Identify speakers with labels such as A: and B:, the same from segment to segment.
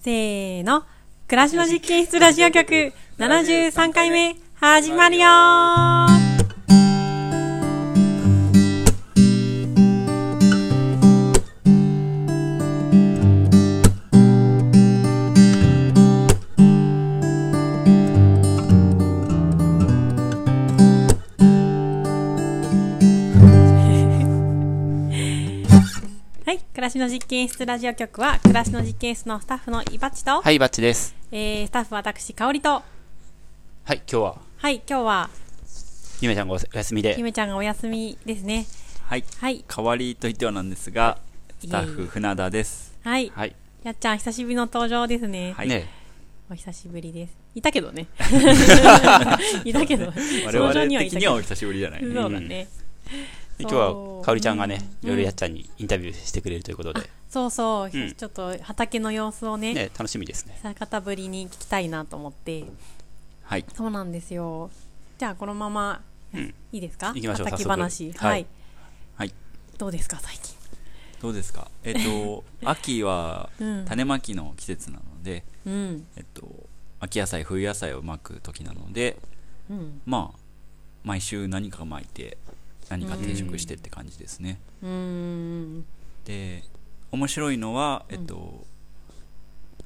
A: せーの。暮らしの実験室ラジオ局73回目始まるよーはい。暮らしの実験室ラジオ局は、暮らしの実験室のスタッフのイバッチと、
B: はい、バッチです。
A: えー、スタッフ私、かおりと、
B: はい、今日は、
A: はい、今日は、
B: ゆめちゃんがお休み
A: ひ
B: で、
A: めちゃんがお休みですね。
C: はい、
A: はい。
C: 代わりといってはなんですが、スタッフ船田です。
A: はい。
B: はい、
A: やっちゃん、久しぶりの登場ですね。
C: はい
B: ね、
A: お久しぶりです。いたけ どね。いたけど。
C: 我
A: 登
C: 々
A: 場にはいた
C: 的に
A: け
C: は
A: ど。
C: お久しぶりじゃない。
A: そうだね。
B: 今日は、かおりちゃんがね、いろいろやっちゃんにインタビューしてくれるということで、
A: そうそう、
B: うん
A: ちょっと畑の様子をね、
B: ね、楽しみですね。
A: 久方ぶりに聞きたいなと思って。
C: はい、
A: そうなんですよ。じゃあ、このまま、
B: うん
A: いいですか
B: 行きましょう
A: 畑
B: 早速
A: 話。は。
B: はいい
C: はい、
A: どうですか、最近。
C: どうですか。えっと、 秋は
A: うん
C: 種まきの季節なので、
A: うん。
C: えっと、秋野菜、冬野菜をまく時なので、
A: うん。
C: まあ。毎週何か巻いて、何か定食してって感じですね。
A: うーん。
C: で、面白いのは、えっと。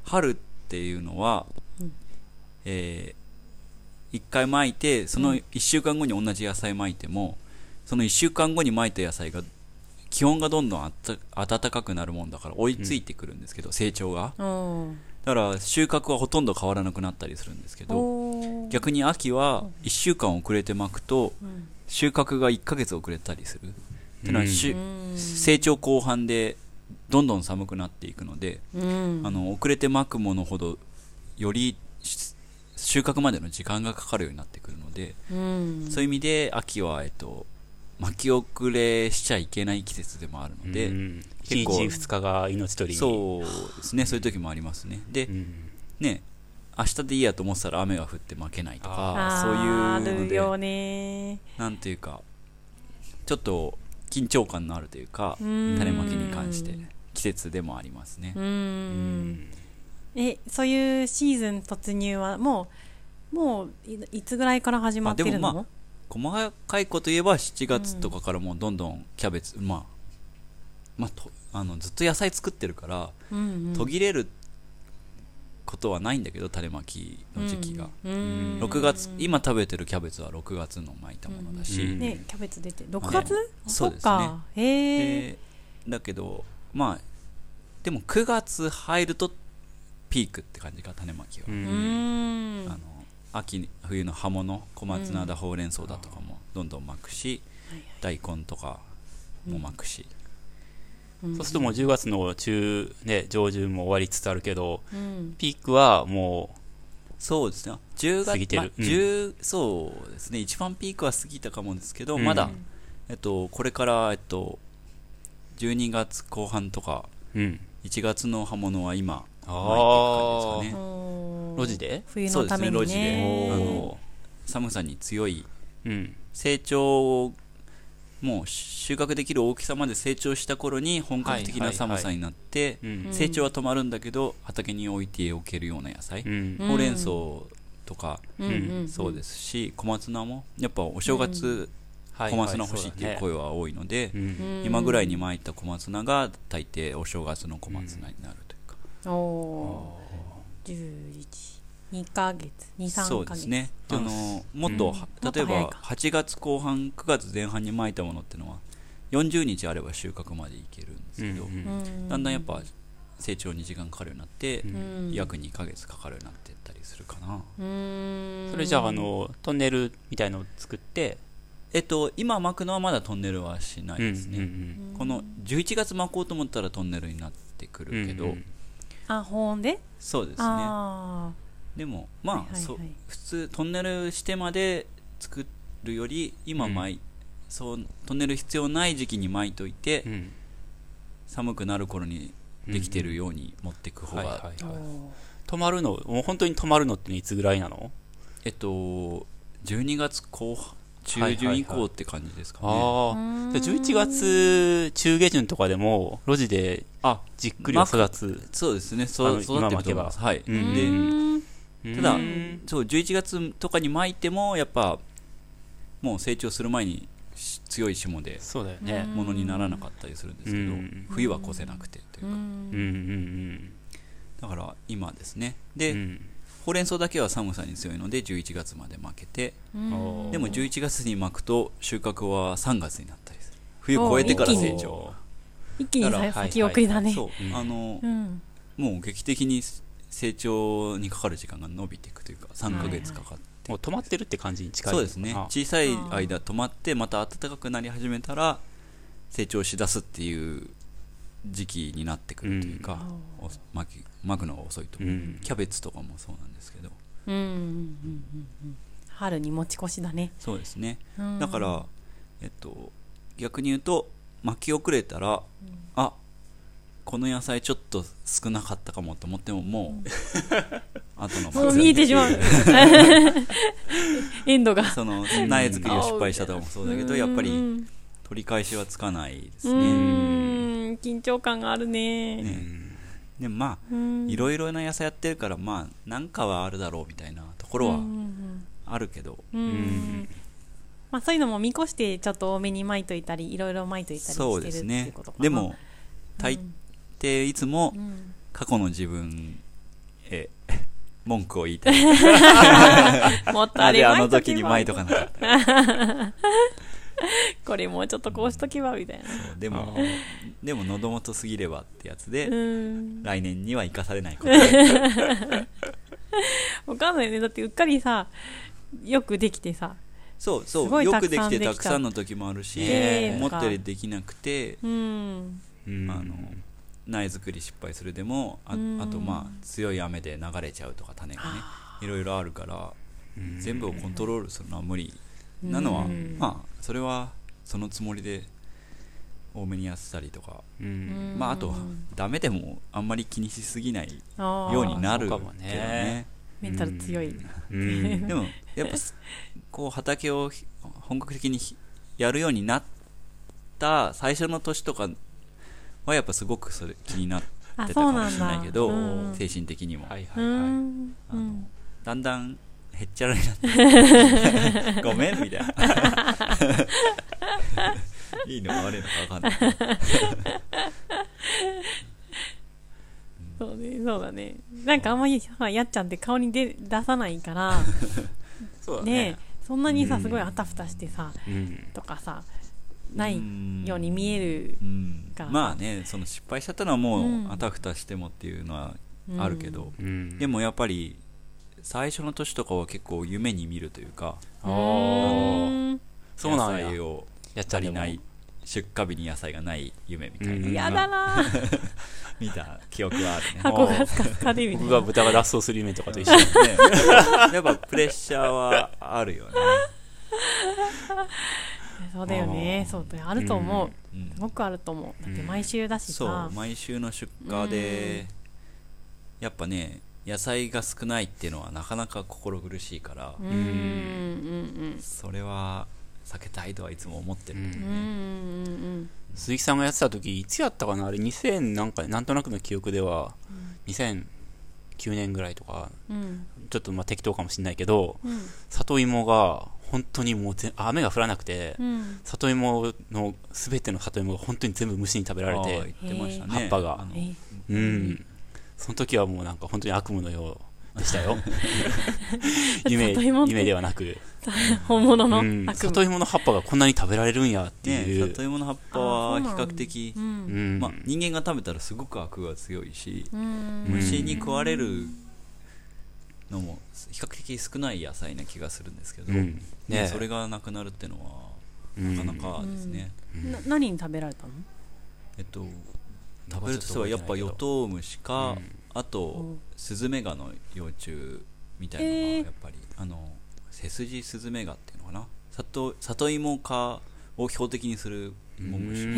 C: 春っていうのは、
A: うん
C: えー一回巻いてその一週間後に同じ野菜巻いても、その一週間後に巻いた野菜が気温がどんどんあった暖かくなるもんだから追いついてくるんですけど、成長が
A: おー
C: だから収穫はほとんど変わらなくなったりするんですけど
A: おー
C: 逆に秋は一週間遅れて巻くと
A: うん
C: 収穫が一ヶ月遅れたりする、っていうのはしゅ
A: うーん
C: 成長後半でどんどん寒くなっていくので、
A: うん
C: あの遅れてまくものほどよりし収穫までの時間がかかるようになってくるので、
A: うん
C: そういう意味で秋は、えっと、巻き遅れしちゃいけない季節でもあるので、
B: うん、1
C: 結構
B: 日2日が命取りに。
C: そうですねそういう時もありますねで、
B: うん。
C: ね明日でいいやと思ってたら雨が降って負けないとかそう
A: あー
C: いうの
A: あるよ
C: で
A: ね
C: なんていうかちょっと緊張感のあるというか
A: うん
C: 種まきに関して季節でもありますね
A: うー
B: うんん
A: えそういうシーズン突入はもうもういいつぐらいから始まってるの
C: あでもまあ細かいこと言えば7月とかからもうどんどんキャベツ、まあ、まあ、とあのずっと野菜作ってるから、
A: うんうん
C: 途切れることはないんだけど種まきの時期が、
A: うんうん
C: 6月今食べてるキャベツは6月の巻いたものだし、
B: うん
A: ねキャベツ出て6月、
C: そうですね
A: っかへえ
C: でだけどまあでも9月入るとピークって感じか種まきは、
B: う。
A: うんん
C: あの秋に冬の葉物小松菜だほうれん草だとかもどんどん巻くし、大根とかも巻くし、
B: そうするともう10月の中、ね、上旬も終わりつつあるけど、
A: うん
B: ピークはも
C: そうですね10月
B: 過ぎてる
C: まあ
B: うん
C: 10そうですね一番ピークは過ぎたかもですけど、
B: うん
C: まだ、えっと、これから、えっと、12月後半とか
B: う、うん。
C: 1月の刃物は今巻いていく感じですかね
A: おー
B: 路地で
A: 冬
C: そ
A: の
C: うで
A: た
C: すね
A: め
C: 路
A: に
C: 地
A: ね
C: であ
B: おー
C: の寒さに強い
B: うん。
C: 成長をもう収穫できる大きさまで成長した頃に本格的
B: はいはいは
C: ない寒さになって
B: うん
C: 成長は止まるんだけど畑に置いておけるような野菜、
B: うん。
A: ん
C: ほうれん草とか、
A: うんうん
C: そうですすし小松菜もやっぱお正月
B: はい
C: 小松菜欲しいっていう
B: は
C: 声は多いので、
B: そうだねうん。
C: 今ぐらいに巻いた小松菜が大抵お正月の小松菜になるというか、
A: おお112ヶ月23
C: そう
A: ヶ
C: で
A: 月
C: すねあのもっと、は
A: うん
C: 例え
A: もっ
C: ば
A: と
C: 8月後半9月前半に巻いたものってのは40日あれば収穫までいけるんですけど、
B: うんうん
A: うん
C: だんだんやっぱ成長に時間かかるようになって、
A: うん
C: 約2ヶ月かかるようになってったりするかな、
A: うん
B: それじゃあ、あの、トンネルみたいのを作って、
C: えっと今巻くのはまだトンネルはしないですね、
B: うん
C: この11月巻こうと思ったらトンネルになってく
B: うんうん
C: るけど、
B: うん
A: あ保温で
C: そうですね
A: あ
C: でも
A: あ
C: まあ、
A: はいはい
C: そう
A: はい
C: 普通トンネルしてまで作るより今
B: うん
C: 巻い、そうトンネル必要ない時期に巻いといて、
B: うん
C: 寒くなる頃にできてるように持っていく方が、
B: はいはいはい
A: おー
B: 止まるのもう本当に止まるのっていつぐらいなの
C: えっと12月後半中旬以降って感じですかね。
B: ああ。で11月中下旬とかでも、路地で
C: あ
B: じっくりは育つ。
C: そうですね、
B: あ
C: そ
B: の
C: う育ってると思います。はい。
B: う
A: うん
C: で、
B: うん
C: ただ、そう、11月とかに巻いても、やっぱ、もう成長する前にし強い霜で、
B: そうだよね。
C: ものにならなかったりするんですけど、
B: うん
C: 冬は越せなくてといううか、
B: うんうんん
C: だから今ですね。
B: うん。
C: で、
B: うん
C: ほうれん草だけは寒さに強いので、11月まで巻けて、
A: うん
C: でも11月に巻くと収穫は3月になったりする。冬越えてから
A: 一気に
C: 成長。
A: 一気に
C: だか
A: さ
C: ら
A: 先送りだね。
C: そう
B: う、ん
C: あの
A: う、ん
C: もう劇的に成長にかかる時間が伸びていくというか、3ヶ月かかって。
B: もう止まってるって感じに近い
C: そ
B: の
C: う
B: か
C: で
B: な
C: すね。小さい間止まって、また暖かくなり始めたら、成長しだすっていう時期になってくるというか、お巻き巻くのが遅いと。
B: うん
C: キャベツとかもそうなんですけど、
A: うんうんうんうんうん春に持ち越しだね。
C: そうですね。
A: うん
C: だから、えっと、逆に言うと巻き遅れたら、あこの野菜ちょっと少なかったかもと思ってももう、 後の
A: もう見えてし まう。エンドが。
C: その苗作りを失敗したとかもそうだけどやっぱ
A: う
C: り
A: ん
C: 取り返しはつかないです
A: う
C: ね。
A: ん緊張感があるね。
C: ねでまあ
A: うん
C: いろいろな野菜やってるからまあなんかはあるだろうみたいなところは
A: うん
C: あるけど、
A: うんうん
B: うん
A: まあそういうのも見越してちょっと多めに巻いといたりいろいろ巻いといたりしてる
C: そう
A: って
C: です
A: いう
C: ね
A: ことかな。
C: でも大抵いつも、
A: うん
C: 過去の自分へ文句を言いたい。
A: もっと
C: な
A: あ
C: ん
A: れ
C: であ
A: 巻
C: の
A: いと
C: 時
A: け
C: に
A: ば
C: 巻いとかなかった。
A: これもうちょっとこうしとけばみたいな。
C: でも、でも喉元すぎればってやつで、
A: うん
C: 来年には生かされ ないこと。う
A: わかんないよねだってうっかりさよくできてさ
C: そう
A: す
C: そ
A: ご
C: う。
A: い
C: よ
A: たく
C: くで
A: さ
C: き
A: ん
C: て
A: できちゃう
C: たくさんの時もあるし
A: ねえ、
C: 思ったよりできなくて、
A: うん
B: うん
C: あの、苗作り失敗するでも、あ
A: うん
C: あとまあ、強い雨で流れちゃうとか種がね、いろいろあるから、
B: うん
C: 全部をコントロールするのは無理なのは
A: うん、
C: まあ、それはそのつもりで多めにやってたりとか、
B: う
A: うんん
C: まあ、あと、ダメでもあんまり気にしすぎない
A: あー
C: ようになる
B: そ
C: けど
B: うかもね
C: ね。
A: メンタル強い、
B: うん
C: でも、やっぱ、こう、畑をひ本格的にひやるようになった最初の年とかは、やっぱすごくそれ気になって
A: あそ
C: たか
A: うな
C: もし
A: ん
C: れな
A: だ
C: いけど、
A: うん
C: 精神的にも。
B: はいは
A: う
B: いは
A: ん
C: あの
A: うん
C: だんだん、へっちゃらに なって、ごめん、みたいな。いいのか悪いのかわかんないけど。
A: そうねそうだねなんかあんまりさやっちゃんって顔に出出さないから
B: い。そうだ
A: ね
B: ね。
A: そんなに
B: う
A: さ
B: ん
A: すごいあたふたしてさ
B: うん
A: とかさない
C: うん
A: ように見える
C: うん
A: から
C: まあねその失敗しちゃったのはもう、
A: うん
C: あたふたしてもっていうのはあるけど、
B: うん
C: でもやっぱり最初の年とかは結構夢に見るというか
B: ああ。
A: うん
B: そうなん
C: 野菜
B: や。
C: を
B: やっちゃ
C: 足
B: り
C: り
B: な
C: ないい。出荷日に野菜がない夢みたいな、
B: うん
A: 嫌だなぁ
C: 見た記憶はあるね
A: 箱がスカスカでみたい
B: 僕
A: な
B: が豚が脱走する夢とかと一緒に。
C: ねやっぱプレッシャーはあるよね、
A: そうだよね
B: あー
A: そうだよあると思う、
C: うん
A: すごくあると思うだって毎週だし
C: そ
A: さ
C: う、毎週の出荷で、やっぱね野菜が少ないっていうのはなかなか心苦しいから、
A: うんうんうん
C: それは避けたいとはいつも思ってるけど
A: うんう
C: ね、
A: んうん
B: 鈴木さんがやってた時、いつやったかなあれ2000なんか、なんとなくの記憶では、2009年ぐらいとか、
A: うんうん
B: ちょっとまあ適当かもしれないけど、
A: うん
B: 里芋が本当にもうぜ雨が降らなくて、
A: うん
B: 里芋の全ての里芋が本当に全部虫に食べられ
C: ああ
B: て、
C: 言ってましたね
B: 葉っぱが
C: あの
A: え
B: うん。その時はもうなんか本当に悪夢のようでし たよ。夢、
A: 里芋って
B: 夢ではなく。
A: 本物の
B: うん
A: 悪
B: 里
A: 夢
B: 芋の葉っぱがこんなに食べられるんやって
C: ね
B: いう。
C: 里芋の葉っぱは比較的
A: う、
B: うんん。
C: まあ、人間が食べたらすごくアクが強いし、
A: うん
C: 虫に食われるのも比較的少ない野菜な気がするんですけど、
B: うん
C: ね
B: ね
C: それがなくなるってのは
B: うん
C: なかなかですね、
A: な何に食べられたの
C: えっと食べるとしたらやっぱヨトウムシ
B: う
C: か、
B: ん
C: あ
A: う
C: と
A: ん
C: スズメガの幼虫みたいなのがやっぱり、あの背筋スズメガっていうのかな里里芋科を標的にするモムシ
A: へ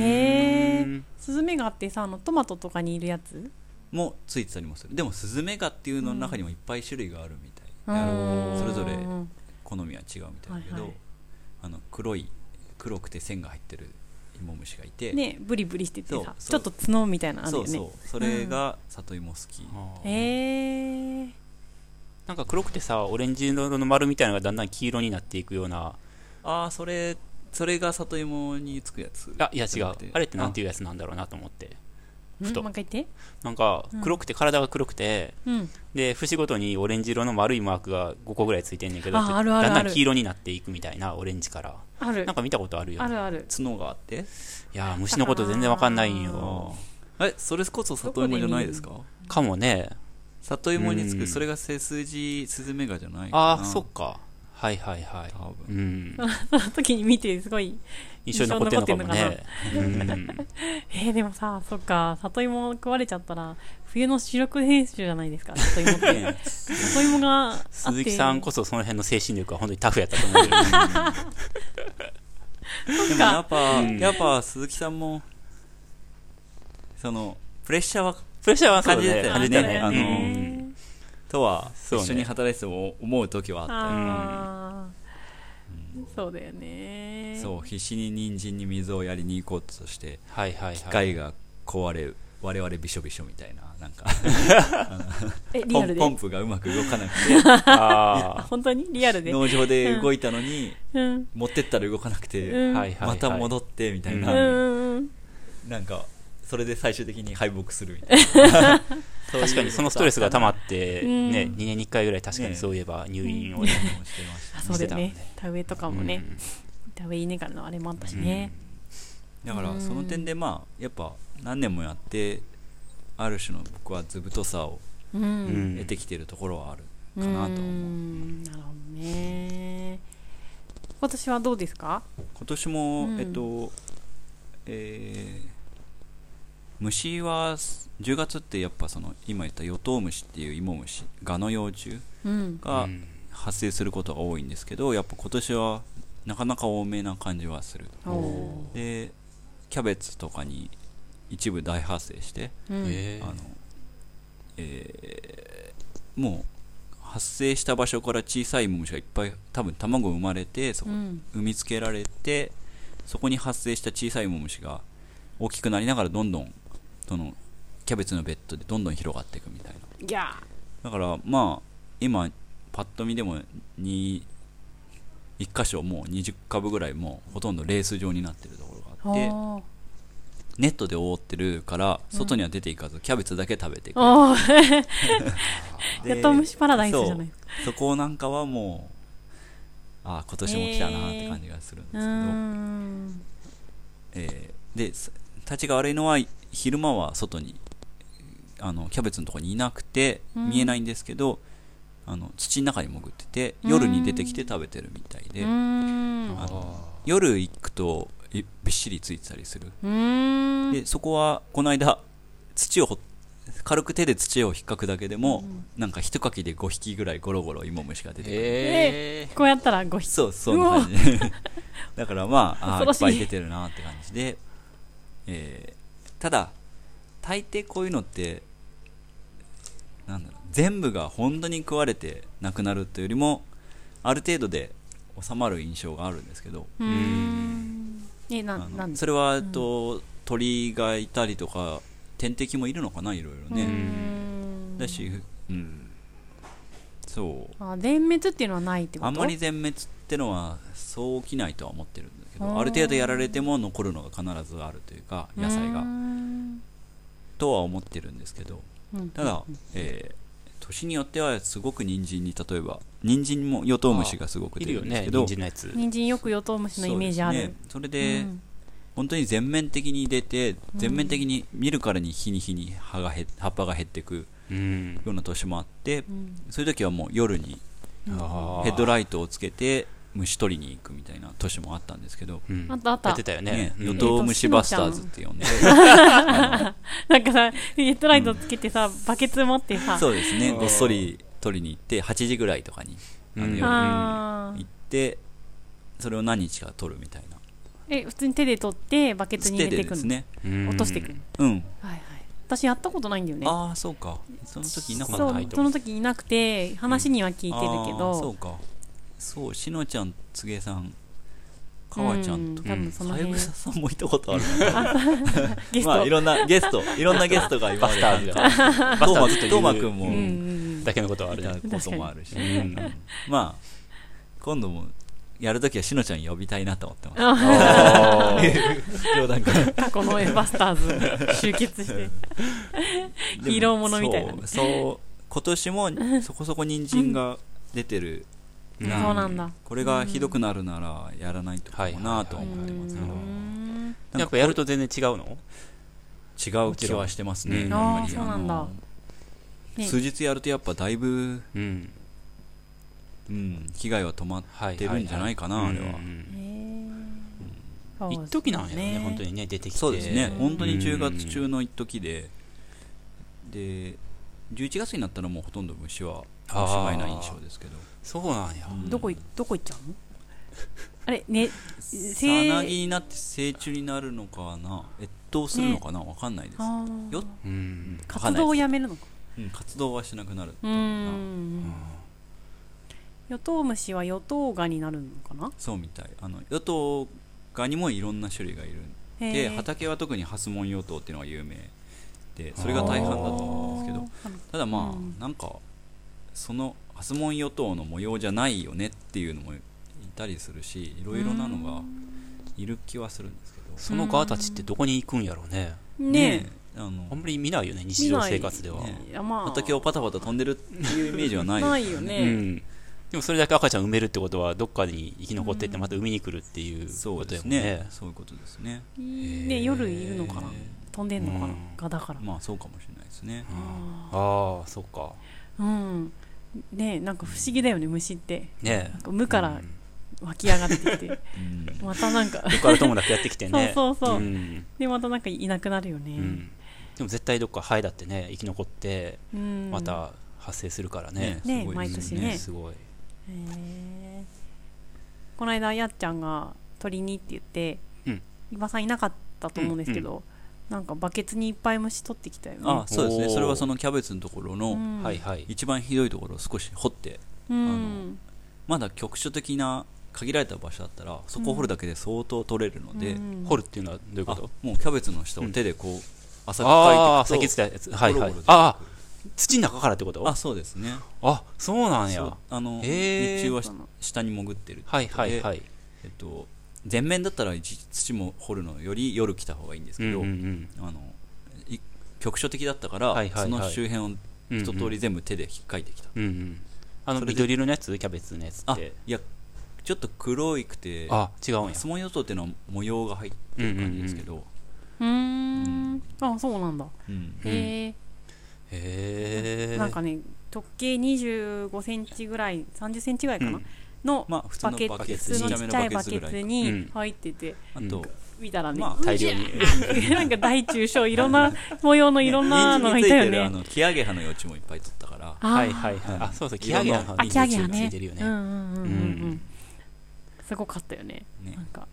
A: えスズメがあってさあのトマトとかにいるやつ
C: もついてたりもするでもスズメガっていうのの中にもいっぱい種類があるみたい、
A: うん
C: それぞれ
A: うん
C: 好みは違うみたいだけど、
A: はいはい
C: ああの黒い黒くて線が入ってる芋虫がいて、
A: ねブリブリしてて
C: そう
A: さち
C: そ
A: ょ
C: う
A: っと角みたいなのある
C: そ
A: よ
C: う
A: ね
C: そうそれが里芋好き、
B: あー
A: えー、
B: なんか黒くてさオレンジ色の丸みたいなのがだんだん黄色になっていくような
C: ああそれそれが里芋につくやつ
B: あいや違うあれってなんて
C: い
B: いうやつなんだろうなと思って
A: ん
B: ふと
A: もう一回言って
B: なんか黒くて体が黒くて
A: うん
B: で節ごとにオレンジ色の丸いマークが5個ぐらいついてんねんけど
A: あーあるあるある
B: だんだん黄色になっていくみたいなオレンジから
A: ある
B: なんか見たことあるよ
A: あ
B: ね
A: るある
C: 角があって
B: いやー虫のこと全然わかんないん
A: あ
B: よ
C: えそれこそ里芋じゃないですか
B: かもね
C: 里芋につ
B: う
C: く
B: ん
C: それが背筋スズメガじゃないかな
B: ああそっかはいはいはい
C: 多
B: う
C: 分
B: ん
A: その時に見てすごい
B: 一緒に残ってんのかもね
A: えー、でもさそっか里芋食われちゃったら冬の主力編集じゃないですか里芋 って
C: ね
A: 里芋があって
B: 鈴木さんこそその辺の精神力は本当にタフやったと思う よ
C: でもやっぱ、
B: うん
C: やっぱ鈴木さんも、その、プレッシャーは、
B: プレッシャーはそう
C: 感じてた
B: ね
C: よ
B: 感じたね
C: あの
B: うん
A: ね
C: とは、
B: そうね
C: 一緒に働いてても思う時はあったよ
A: あーそうだよね
C: そう、必死に人参に水をやりに行こうとして、
B: はいはいはい
C: 機械が壊れ、我々びしょびしょみたいな、なんか、
A: えリ
C: ポ
A: アル
C: ン
A: で
C: ポンプがうまく動かなく
A: あ
B: あ
A: 本当にリアル
C: て、
A: で
C: 農場で動いたのに、
A: うん
C: 持ってったら動かなく
A: う
C: て、
B: ー
A: ん
B: はいはいはい
C: また戻って、みたい
A: うんう
B: う
C: な、
A: んうん
C: なんか、それで最終的に敗北するみたいな。 そう いう
B: 確かにそのストレスが溜まって
A: うん
B: ね2年に1回ぐらい確かにそういえば入院をね
C: こともしてました
A: あそうだよ
B: 見
A: ね
B: てた
A: 田
B: もんね
A: 植えとかもね田植え稲からのあれもあったしね
C: だからその点でまあやっぱ何年もやってある種の僕は図太さを
A: うん
B: うんうん
C: 得てきてるところはあるかなと思う、
A: んなるほどね今年はどうですか
C: 今年も、
A: うん
C: えっとえー虫は10月ってやっぱその今言ったヨトウムシっていう芋虫ガの幼虫
A: うん
C: が
B: うん
C: 発生することが多いんですけどやっぱ今年はなかなか多めな感じはする
A: お
C: でキャベツとかに一部大発生して
A: ーうん
B: え
C: あの、えーもう発生した場所から小さいモムシがいっぱい多分卵生まれてそこ
A: うん
C: 産みつけられてそこに発生した小さいモムシが大きくなりながらどんどんそのキャベツのベッドでどんどん広がっていくみたいない
A: やー
C: だからまあ今パッと見でもに1箇所もう20株ぐらいもうほとんどレース状になってるところがあって
A: あ
C: ネットで覆ってるから外には出ていかずキャベツだけ食べていく
A: あー
C: で
A: やっと虫パラダイスじゃない
C: そうそこなんかはもうああ今年も来たなって感じがするんですけ
A: う
C: ど、
A: ん
C: えーです立ちが悪いのは昼間は外にあのキャベツのとこにいなくて
A: うん
C: 見えないんですけど、あの土の中に潜ってて夜に出てきて食べてるみたいで、
A: うん
C: あの夜行くといびっしりついてたりする、
A: うん
C: でそこはこの間土を掘っ軽く手で土を引っかくだけでも、なんか一かきで5匹ぐらいゴロゴロ芋虫が出てくる、
B: え
A: こうやったら5匹
C: そう、そんな感じ。だからまあ、あーいっ
A: 恐ろ
C: ぱ
A: しい
C: い出てるなって感じで、えーただ、大抵こういうのって、なんだろう、全部が本当に食われてなくなるというよりも、ある程度で収まる印象があるんですけど、
A: うーんえな
C: あの
A: なんで
C: それは、えっと鳥がいたりとか、天敵もいるのかな、いろいろ
A: うー
C: ね。
A: ん
C: だし、うん、そう。
A: あ全滅っていうのはないってこと
C: あんまり全滅ってのはそう起きないとは思ってるんだけ
A: あ
C: ど
A: ー
C: ある程度やられても残るのが必ずあるというか野菜
A: うー
C: が
A: ん
C: とは思ってるんですけど
A: うん
C: ただ、えー年によってはすごく人参に例えば人参もヨトウムシがすごく
B: い
C: 出
B: るよ
C: るんです
B: ね
C: けど
B: 人参のやつ
A: 人参よくヨトウムシのイメージある
C: そうですねそれ
A: う
C: で、
A: ん
C: 本当に全面的に出て全面的に見るからに日に日に葉が減葉っぱが減っていく
B: うん
C: ような年もあって
A: うん
C: そういう時はもう夜に
B: あ
C: ヘッド
B: イ
C: ライトをつけて虫取りに行くみたいな年もあったんですけど、
B: うん
A: あったあった
B: やってたよね
C: ね、
B: うん
C: ヨトウムシバスターズって呼んで、
A: なんかさヘッドライトつけてさバケツ持って さ
C: そうですね、
B: うん
C: ごっそり取りに行って、8時ぐらいとかに、あの
B: うん
C: 夜
A: あー
C: 行って、それを何日か取るみたいな。
A: え普通に手で取ってバケツに入れ
C: 手
A: て
C: で
A: いく
C: です
A: の
C: ね。
B: うん
A: 落としていくはい
C: うん。
A: はい私やったことないんだよね
C: ああ、そうか。その時いなかっ
A: そ
C: た
A: う
B: 入って
A: そ
B: ます
A: の時いなくて話には聞いてるけ
C: あーそ
A: ど
C: うか。そう、しのちゃん、つげさん、川ちゃんと
A: う多分その
C: 三
A: 辺。
C: 枝さんも行ったことある
A: ゲスト。
C: まあいろんな ゲストいろんなゲストが今まで
B: バスター
C: なんか
B: バスター
C: ト
B: ずっといる
C: ーマくんも
A: うんうんうん
B: だけのことはあ
C: い
B: るね。
C: たこともあるし、
B: うん
C: まあ今度もやるときはしのちゃん呼びたいなと思ってます
A: あ
B: あー
C: 冗談か
A: 過去のエバスターズ 集結して。ヒーローものみたいなね
C: そうそう今年も そこそこ人参が出てる、
B: うん
A: そうなんだ。
C: これがひどくなるならやらないとかもなとは
A: うー
C: 思ってますけど、
A: ん。
C: なんか
B: やっぱやると全然違うの
C: 違う気はしてますね、
B: うん
C: やっぱり
A: あーそうなんだ
C: の
A: ね
C: 数日やるとやっぱだいぶ、
B: うん。
C: うん、被害は止まっ
B: はい。
C: 出るんじゃないかな
B: は
C: あれは
B: うんうん
A: そうです
B: 一時なんやろね、本当
A: に。
B: にね、出てきて。
C: そうですね、
A: うん
C: 本当に10月中の一時で、で11月になったらもうほとんど虫はおし
B: あー
C: まいな印象ですけど、
B: そうなんや。
C: うん
A: どこい、どこ行っちゃ うのあれ、ね、
C: さ
A: せ
C: なぎになって成虫になるのかな、越冬するのかな、わかんないです。
A: あ
C: よ
A: ー
B: うん。
C: わかん
A: 活
C: ない
A: 動を
C: です
A: やめるのか。
C: うん活動はしなくなる
A: うーん。ヨトウムシはヨトウガになるのかな
C: そうみたいあの与党ガにもいろんな種類がいるん
A: へ
C: で
A: ー
C: 畑は特にハスモン与党っていうのが有名でそれが大半だと思うんですけど
A: あー
C: ただまあ、
A: うん
C: なんかそのハスモン与党の模様じゃないよねっていうのもいたりするしいろいろなのがいる気はするんですけど
B: その側たちってどこに行くんやろうね。
A: ね
C: えあ
B: あん
C: の
B: まり見ないよね、日常生活では。
C: 見ない
A: え。いや、まあ。
C: 畑をパタパタ飛んでるっていうイメージはないで す
A: ないよ
B: う
A: ね。
B: ん。でもそれだけ赤ちゃん埋めるってことは、どっかに生き残ってって、また産みに来るっていう
C: そ
B: こ
C: う
B: と
C: で
B: や
C: す
B: もんね
C: ね。そういうことですね
A: ね、夜いるのかな飛んでんのか
B: う
A: なんがだから。
C: まあそうかもしれないですね
B: うんああ、そっか。
A: うん。ねなんか不思議だよね、虫って。
B: ね
A: なん
B: え。
A: か無か
B: う
A: ら
B: ん
A: 湧き上がってき て、
C: うん
A: またなんか、。
B: どっからともなくやってきてね
A: そうそうそうんで、またなんかいなくなるよ
B: う
A: ね。
B: んでも絶対どっかハエだってね生き残って
A: うん。
B: ま。た発生するからね、
A: ね
C: すごい
A: 毎
C: です
A: 年
C: よ
A: ね
B: すごい
A: へえ。この間、やっちゃんが鳥にって言って
B: うん、
A: 伊庭さんいなかったと思うんですけど、なんかバケツにいっぱい虫取ってきたよね。
C: あそうです
B: お
C: ね
B: ー
C: それはそのキャベツのところの、
A: うん
B: はいはい
C: 一番ひどいところを少し掘って
A: うん。
C: まだ局所的な限られた場所だったらそこを掘るだけで相当取れるので、
A: うん
B: 掘るっていうのはどういうこ
C: あ
B: と
C: もうキャベツの下を手でこう浅く
B: ああ
C: かい
B: 先
C: てい
B: っ
C: く
B: つ
C: と
B: ったやつはいはい
C: ゴロゴロ出てくる
B: ああ土の中からってこと
C: あ
B: あ
C: そうですね
B: そうなん
C: そ
B: や
C: うあの
B: へー
C: 日中はし下に潜ってるってこと
B: は
C: で
B: いはいはい
C: えっと、前面だったら一土も掘るのより夜来た方がいいんです
B: うん
C: けど、
B: うんうん
C: あのい局所的だったから、
B: はいはいはい
C: その周辺を
B: うんうん
C: 一通り全部手で引っかいてきた、
B: うんうんあの
C: それで
B: 緑色のやつキャベツのやつっ
C: あ
B: て
C: いやちょっと黒いくて
B: あ違うんや
C: 相撲予想っていうのは模様が入ってる感じですけど、
A: うーん。あ、そうなんだ。
C: うん
B: うん
A: へえ。
B: へえ
A: なんかね直径25センチぐらい30センチぐらいかな、
B: うん
A: の
C: まあ普通
A: バ
C: の
A: ケ
C: バ
A: ツ
C: ケツ
A: 普通のちっちゃいバ
C: ちっちゃめのバケツ
A: ケ
C: ぐらい
A: ツ
B: う
A: に
B: ん
A: 入ってて、
C: あと、
A: 見たらね、
C: ま
B: 大量に
A: なんか大中小いろんな模様のいろんなのがいたよ
C: 人参についてるあ
A: ね。
C: のキアゲハの幼虫もいっぱい取ったから
A: あー
B: はいはいはいあそうそうキアゲハの
A: あキアゲハ
B: 聞
A: ね
B: いてるよね
A: うんうんうんうん、う、
B: うん
A: すごかったよね。
C: ね
A: なんか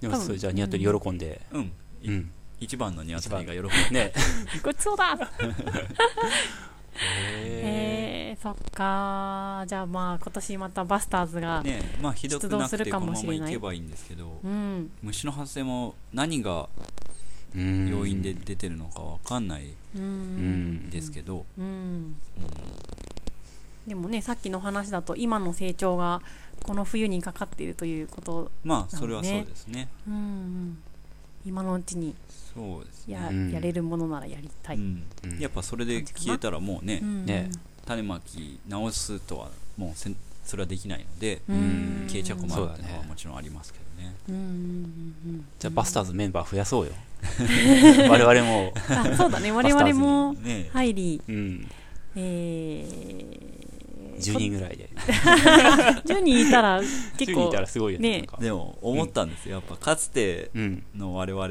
B: でも
A: 多分
B: それじゃあニワトリ喜んで
C: うんい
B: うん
C: 一番のニワトリが喜ぶ
B: ね
A: ごち そうだ。
B: へ
A: えー、そっかーじゃあまあ今年またバスターズが、
C: ねまあひどくなく
A: 出動する
C: てこ
A: か
C: の
A: も
C: ま
A: し
C: ま
A: れ
C: い
A: ない
C: けばいいんですけど
A: うん
C: 虫の発生も何が
B: え
C: 要因で出てるのかわかんない
A: うん
B: うん
C: ですけど、
A: うんでもねさっきの話だと今の成長がこの冬にかかっているということ、
C: まあそれはそうですね
A: うんうん今のうちに
C: そうですね
A: や,、
B: うん
A: やれるものならやりたい、
C: うん
B: うん
C: やっぱそれで消えたらもうね、
A: うん
B: ね
C: 種まき直すとはもうせんそれはできないので、
A: うん
C: 消えちゃ困
B: そう
C: る
B: だ
C: って
B: ね
C: いうのはもちろんありますけどね
A: うんうんうんうん
B: じゃあバスターズメンバー増やそうよ 我々も
A: あそうだね我々も
C: ね
A: 入り、
B: うん
A: えー、
B: 10人ぐらいで
A: 10人いたら
B: 10
A: 結
B: 人
A: 構
B: いたらすごいよね
A: ね
B: なんか
C: でも思ったんですよやっぱかつて
B: うん
C: の我々
A: う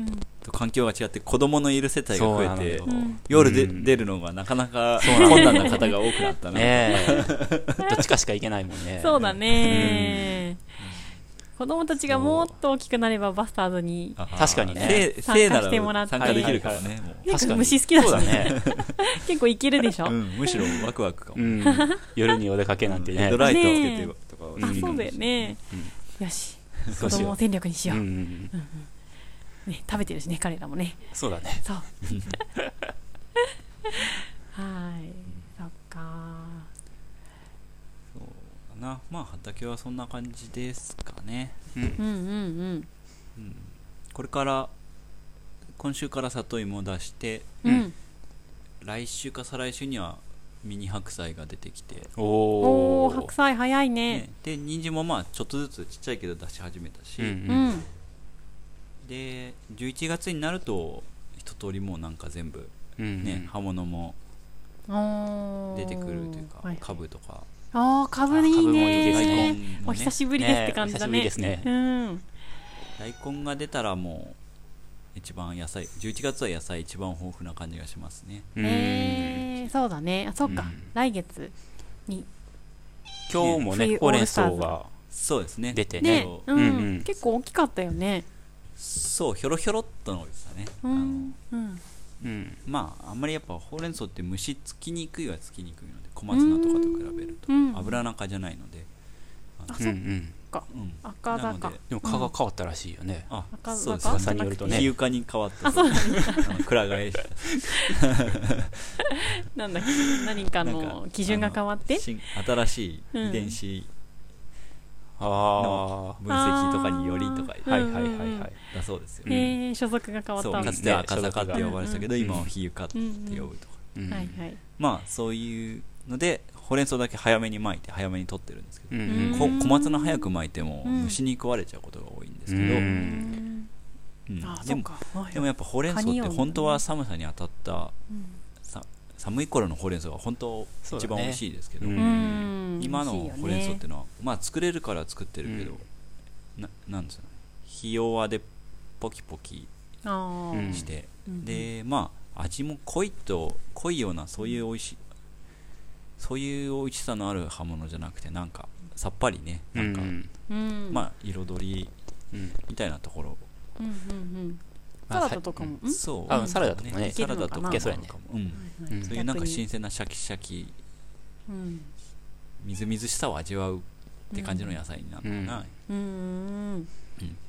A: ん
C: と環境が違って子供のいる世帯が増えて
B: そうなのよ
A: うん
C: 夜で、
B: うん
C: 出るのがなかなか
B: そうなの
C: 困難な方が多くなったな、
B: ねえ どっちかしか行けないもんね
A: そうだね、子供たちがもっと大きくなればバスターズに
C: あ
B: 確かにね
C: せ
A: 参
C: い
A: 加
C: せいな
A: してもらっ
C: ら
A: て
C: 参加できるからね、も
B: 確かに
A: 虫好きだし
B: そうだね
A: 結構いけるでしょ、
C: う、うん、むしろワクワクかも、
B: うん 夜にお出かけなんて
C: ヘッ
B: ね
C: ドライトをつけ
A: ね
C: て
A: え
C: とか
A: あ
C: はいいか
A: そう
C: も
A: だ
C: しれ
A: よ
C: ない
A: ね、よし
B: そ
A: 子
B: うし
A: 供
B: よ
A: 戦略にし
B: う。
A: よう、
B: うんうんうん、
A: ね、食べてるしね彼らもね
B: そうだね。
A: そうはいそっか
C: そうだなまあ畑はそんな感じですかね、
B: うん
A: う。んうん
C: うん、これから今週から里芋を出して
A: うんう
B: うん
A: ん
C: 来週か再来週にはミニ白菜が出てきて、
A: お
B: お
A: お
B: ー。
A: 白菜早いね
C: ね、で人参もまあちょっとずつちっちゃいけど出し始めたし、
B: うん
A: う
B: うん。
A: ん
C: で11月になると一通りもうなんか全部
B: うん。
C: ね、刃物も
A: おー
C: 出てくるというか、
A: はい
C: 株とか
A: ああ株いい
B: 株もいい
A: ね
B: です
C: 大根
B: ね
A: お
C: も
A: 久
C: ね
A: しぶりですって感じだね
B: ねお久しぶりです
A: う
B: ね
A: ん
C: 大根が出たらもう一番野菜11月は野菜一番豊富な感じがしますね
B: うん
A: えー、そうだねあそっか、
B: うん
A: 来月に
B: 今日も
A: ね
B: ね、
A: 冬
B: ほうれん
A: オー
B: 草
A: ルスター
B: が
C: そうですね
B: 出て
A: ね
C: そう
A: うん、
B: うんうん
A: 結構大きかったよね
C: そうひょろひょろっとのですね、
A: う
C: あ
A: ん
C: の
A: うん
B: うん。
C: まああんまりやっぱほうれん草って虫つきにくいはつきにくいので小松菜とかと比べると
A: うん
C: 油中じゃないので
A: あ
B: う
A: そ
B: んう
A: っ
B: ん。
A: か
C: うん
A: 赤
C: なの
A: 坂
C: で
B: でも蚊が変わったらしいよね。
C: あ
A: 赤
C: そうです
A: 赤
B: 噂によるとね
C: 皮膚科に変わった
A: あそう
C: で
A: なんだ
C: すあのくら替えした
A: なんだっけ何か
C: なん
A: の
C: か
A: 基準が変わって
C: 新新しい
A: うん
C: 遺伝子
B: あ
C: 分析とかによりとか
B: あ。
A: あー
B: は
C: だ
B: いはいはいはい。
C: そうですよ
B: うん
C: ね、
A: えー、所属が変わった
C: そう
A: わけ
C: か
A: だ
C: つては赤坂って呼ばれてたけど、
B: うん
C: 今は比喩かって
A: う
C: 呼
A: ん
C: ぶとか、
B: うん
A: はいはい
C: まあそういうのでほうれん草だけ早めに巻いて早めに取ってるんですけ
B: う
C: ど、
B: んう
A: うん
B: ん。
C: こ小松菜早く巻いても
A: うん
C: 虫に食われちゃうことが多いんですけ
B: う
C: ど、
B: ん
C: うん
A: あ
C: で
A: そっ
C: も
A: か
C: でもやっぱほうれん草っ
A: カニ
C: て
A: よりもね
C: 本当は寒さに当たった
A: うん
C: さ寒い頃のほうれん草が本当
B: そうだ
C: 一
B: ね
C: 番美味しいですけど、
B: うん
A: うん
C: 今のほう
A: 美
C: れん草って
A: 味しいよね
C: のは、まあ作れるから作ってるけど、ななんですかねひ弱でポキポキ
A: あー
B: うん
C: して、
A: うん
C: でまあ味も濃いと濃いようなそういう美味しいそういう美味しさのある刃物じゃなくてなんかさっぱりね
B: う
C: なんか、
B: ん
A: うん
C: まあ彩り
B: うん。
C: みたいなところ、
A: うんうんうん
B: ま
A: サ
B: あ
A: ラダとかも、うん
C: そう
B: あサラダとかね
C: サラダとかもあ
B: いけ
C: る
B: そう
C: か
B: や
C: も
B: ね
C: うん
A: はいはい
C: そういうなんか
A: 逆に
C: 新鮮なシャキシャキ
A: うん
C: みずみずしさを味わうって感じの野菜になるのかな、
B: うん
A: うーん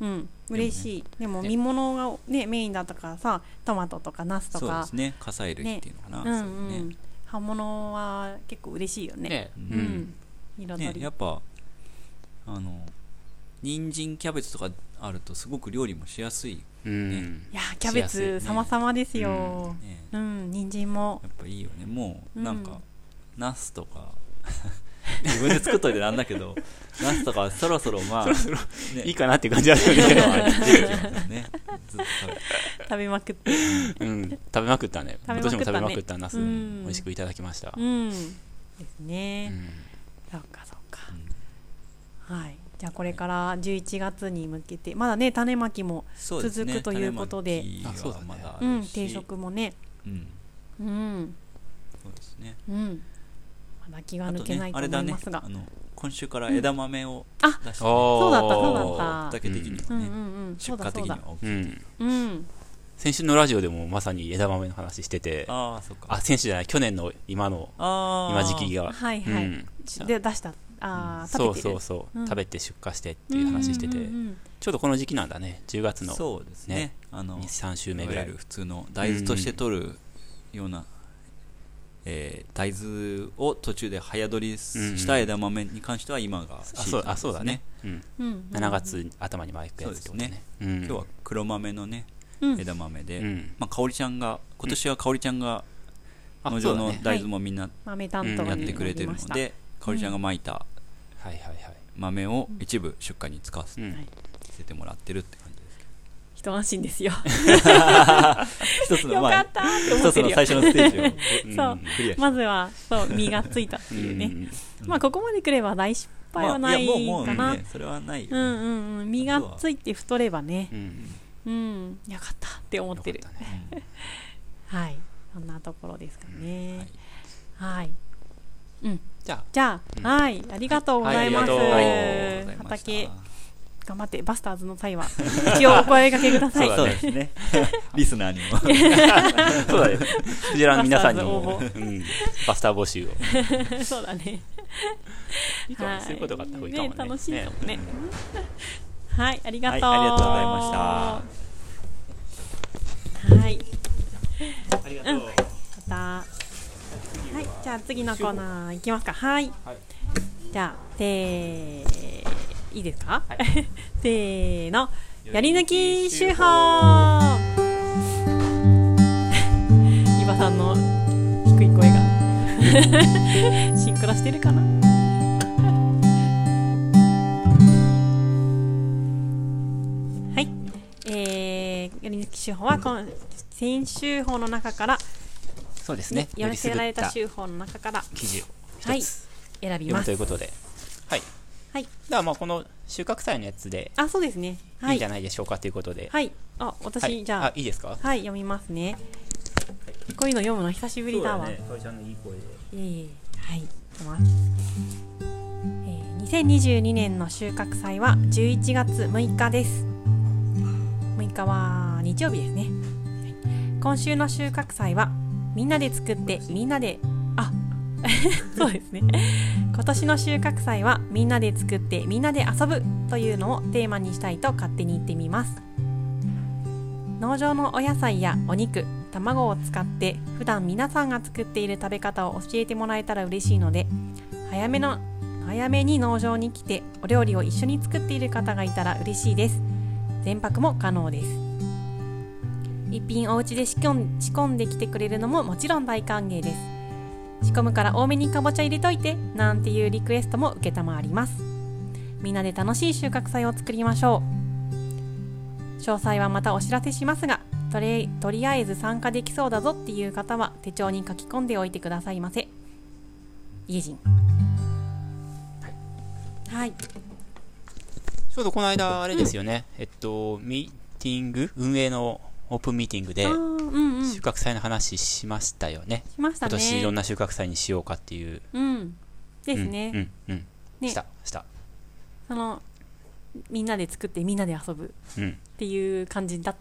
A: うん嬉しいでも
C: ね
A: 見物がねメインだったからさトマトとかナスと
C: そうで
A: か
C: すね火砕類っていうのかな、
A: う
C: そ
A: ん
C: う
A: う
C: ね
A: ん葉物は結構嬉しいよね
B: ね
A: う
B: うんん。
A: 彩
C: ね
A: り
C: やっぱあの人参キャベツとかあるとすごく料理もしやすい
B: うん。
A: いやーキャベ
B: しやすい
A: ツ
B: ね
A: 様々ですよ
C: ね
A: うん人参も
C: やっぱいいよねもう
A: うん
C: なんか、ナスとか 自分で作っといてなんだ けどナスとかはそろそろまあね
B: いいかなっていう感じあるよね。
C: ねずっと食べて
A: 食べまく って
B: うん。食べまくったね。
A: 食べまくったね
B: 今年も食べまくったナス。
A: う
B: 美
A: ん
B: 味しくいただきました
A: う。んです
B: う
A: ね
B: ん
A: そうかそうか
C: うん
A: はいじゃあこれから11月に向けてまだね種まきも
C: そうですね
A: 続くということで
C: 種まきは
B: あそうだね
C: まだあ
A: うん
C: るし
A: 定食もね
C: うん
A: うん
C: そうですね
A: うんまだ気が抜けないと
C: あ
A: 思
C: れ
A: い
C: だね
A: ますが
C: あの今週から枝豆を出して、ね
B: おー
A: そうだったそうだった
C: 畑的に
A: う
C: は
A: ん
C: ね、
A: うんうん
C: 出
A: そう
C: 荷
A: だ
C: 的
A: そう
C: には
A: だ
C: OK、
B: うん。
A: うん
B: 先週のラジオでもまさに枝豆の話してて、
C: ああそっか
B: あ、先週じゃない、去年の今の、
C: あー
B: 今時期が。
A: はいはい
B: うん
A: で出したあー
B: そ
A: 食
B: う
A: べて
B: そ
A: る
B: うそう、
A: うん
B: 食べて出荷してっていう話してて、
A: うんうんうん
B: ちょうどこの時期なんだね10月の
C: そうですね
B: ね
C: あの
B: 23週目
C: い
B: ぐ
C: わ
B: ら
C: ゆ
B: い
C: る普通の大豆として取るような、えー大豆を途中で早取りすした枝豆に関しては今がシ
B: あ
C: ー
B: そう
C: ズン
B: あそうだね、うん、
A: うんうん
B: 7月頭に巻くやつってことねうん、
C: 今日は黒豆のね
A: うん
C: 枝豆で、
B: うん
C: まあ、香織ちゃんが今年は香織ちゃんが
B: あ
C: 農
B: そ
C: 場
B: うだ
C: の
B: ね
C: 大豆もみんな
A: 豆担当
B: うん
A: が
C: やっ
A: ね
C: てくれてるの
A: なりました
C: で香織ちゃんが巻いた
B: はいはいはい
C: 豆を一部出荷に使わせ
B: うん、
A: はい
C: てもらってるって感じですけ
A: 一安心ですよ
C: ど 一つ
A: よ
C: のま
A: か
C: あ
A: ったって思
C: 一
A: っ
C: つ
A: てる
C: の
A: よ
C: 最初のステージ を
B: うん
A: そう
C: クリアし
A: まずはそう実がついたっていう
B: う
A: ね
B: ん
A: まあここまで来れば大失
C: ま
A: 敗は
C: あ
A: ないい
C: やもうも
A: か
C: う
A: な
C: ねそれはないよ
A: う
C: ね、
A: んうんうん実がついて太ればね
B: うんうん
A: うんよかったって思ってる
B: よかったね
C: うん
A: はいそんなところですかね
C: い
A: はいうん
B: じゃあ
A: じゃあ、はい、ありがとうございます。
B: はいあ
C: りがとうございました
A: 畑、頑張って、バスターズの際は、一応お声掛けください。
C: そうですね。リスナ ーにも。
B: そうだねこちらの皆さんにも
A: バス
B: うんバスター募集を
A: そうだね。
B: いいかもそういうことがあった方がいいかも
A: ね
B: ね
A: 楽しいかもね。はい、ありがとう。
C: はいありがとうございました。
A: はい、
B: ありがとう。
A: また。はい、じゃあ次のコーナーいきますか。はい。
B: はい
A: じゃあ、せー、いいですか、 せーの、やり抜き手法伊庭さんの低い声が。 シンクロしてるかなはい。えー、やり抜き手法は今、先週法の中から、
B: そうですね。
A: や
B: よ
A: ら
B: りす
A: せ
B: ぐっ
A: られた
B: た
A: 手法の中から
B: 記事を
A: はい
B: 一つ
A: 選び
B: 読
A: ま
B: むと
A: す
B: いう。ことで。はい。
A: はい。
B: ではまあこの収穫祭のやつで
A: あ、そうですね。はい
B: い
A: い
B: じ。ゃないでしょうかということで。
A: はい。あ、私、
B: はい
A: じゃあ、
B: いいですか。
A: はい、読みますね。こういうの読むの久しぶりだわ。いえ。
B: かおりちゃんのいい声で。
A: いえはい、いきます。えー2022年の収穫祭は11月6日です。6日は日曜日ですね。はい今週の収穫祭はみんなで作ってみんなであ そうですね今年の収穫祭はみんなで作ってみんなで遊ぶというのをテーマにしたいと勝手に言ってみます農場のお野菜やお肉卵を使って普段皆さんが作っている食べ方を教えてもらえたら嬉しいので早めの早めに農場に来てお料理を一緒に作っている方がいたら嬉しいです全泊も可能です一品お家で仕込ん仕込んできてくれるのももちろん大歓迎です仕込むから多めにかぼちゃ入れといてなんていうリクエストも承りますみんなで楽しい収穫祭を作りましょう詳細はまたお知らせしますがとりとりあえず参加できそうだぞっていう方は手帳に書き込んでおいてくださいませ家人はい
B: ちょうどこの間あれですよね。えっとミーティング運営のオープンミーティングで
A: あーうんうん
B: 収
A: し
B: 穫祭の話しましたよね。
A: ました
B: 今
A: ね
B: 年いろんな収穫祭にしようかっていう。
A: うんですね、
B: うんうんうん。
A: ね
B: したした。
A: そのみんなで作ってみんなで遊ぶ
B: うん
A: っていう感じだっ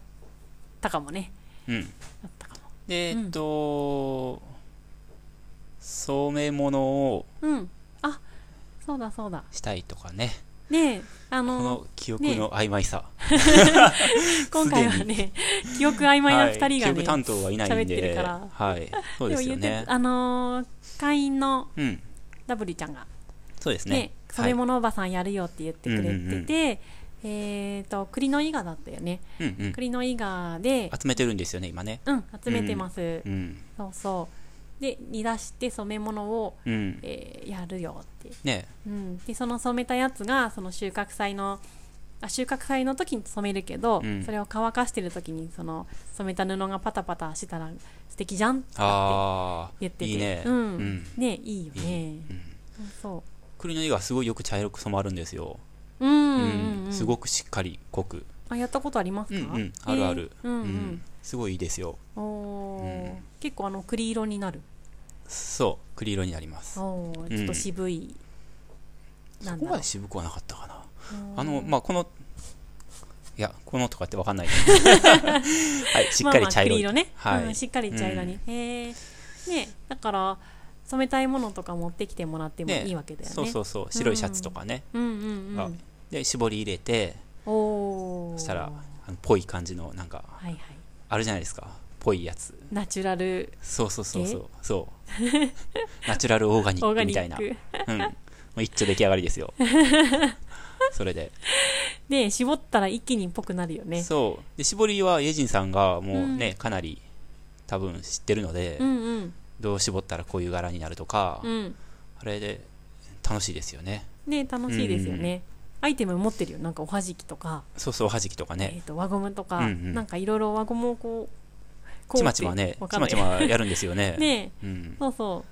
A: たかもね
B: うん。
A: だったかも
B: で、
A: うん
B: えっと、染め物を
A: うんあそうだそうだ
B: したいとかね、
A: ねえあ
B: こ
A: の
B: の記憶の曖昧さ、
A: 今回はね 記憶曖昧な2人がね、
B: 記憶担当はいないん
A: 喋ってる
B: で
A: から、
B: はい、そうですよ
A: も言っ
B: ね
A: て。あのー会員の
B: うん、
A: ダブリちゃんが
B: そうです
A: ね
B: ね。
A: 染め物おばさんやるよって言ってくれ
B: うんうんう
A: て
B: ん
A: て、えっ、と栗の伊賀だったよね
B: はい、うんうん。
A: 栗の伊賀で
B: 集めてるんですよね、今ね。
A: うん集めてます、
B: うん、
A: そうそうで煮出して染め物を、
B: うん。
A: えーやるよって
B: ね、
A: うん、でその染めたやつがその収穫祭のあ収穫祭の時に染めるけど、
B: うん
A: それを乾かしてる時にその染めた布がパタパタしてたら素敵じゃんとか
B: あ
A: 言って
B: あ、
A: て
B: いいね。
A: うん
B: うん
A: ってねいいよね
B: うん
A: そ
B: 栗の絵がすごいよく茶色く染まるんですよ。
A: ううん
B: う
A: うん、うん、
B: すごくしっかり濃く。
A: あやったことあります
B: うん
A: か、
B: うん、あるある。
A: えーうんうん
B: すごいいいですよ。
A: おー
B: うん
A: 結構あの栗色になる
B: そう、栗色になります。
A: おーちょっと渋い、な
B: こ
A: んだ
B: こ
A: ろ
B: ま
A: う
B: で渋くはなかったかな。
A: おー
B: あの、まあ、この、いや、このとかってわか んないけどはい、しっかり茶色い。
A: まあ、まあ栗色ね、
B: はい
A: うんしっかり茶色に、へえねだから染めたいものとか持ってきてもらっても
B: ね
A: いいわけだよね
B: そうそうそう、白いシャツとかね。
A: うんうんう
B: が
A: ん
B: で、絞り入れて、
A: おお
B: そしたら、あのぽい感じの、なんか、
A: はいはい
B: あるじゃないですか。ぽいやつ。
A: ナチュラル
B: そうそうそうそう。そう。ナチュラルオーガニ
A: オー
B: ッ
A: ガ
B: ク
A: ニ
B: みたい
A: ッ
B: な。
A: ク
B: うん。もう一丁出来上がりで すよ。それで。
A: で絞ったら一気にっぽくなるよね
B: そう。で、絞りは、イェジンさんがもうね、
A: うん
B: かなり、多分知ってるので、
A: うんうん
B: どう絞ったらこういう柄になるとか、
A: うん
B: あれで楽しいですよね。
A: ね楽しいですよね、アイテム持ってるよなんかおはじきとか、
B: そうそう、おはじきとか
A: え
B: ね
A: っ。と輪ゴムとか、
B: うんうん
A: なんかいろいろ輪ゴムをこうこうって
B: ちまちまね、
A: わ
B: ち
A: かんな
B: ま
A: い
B: ちまやるんですよね。
A: ね
B: うん、
A: そうそ
B: そ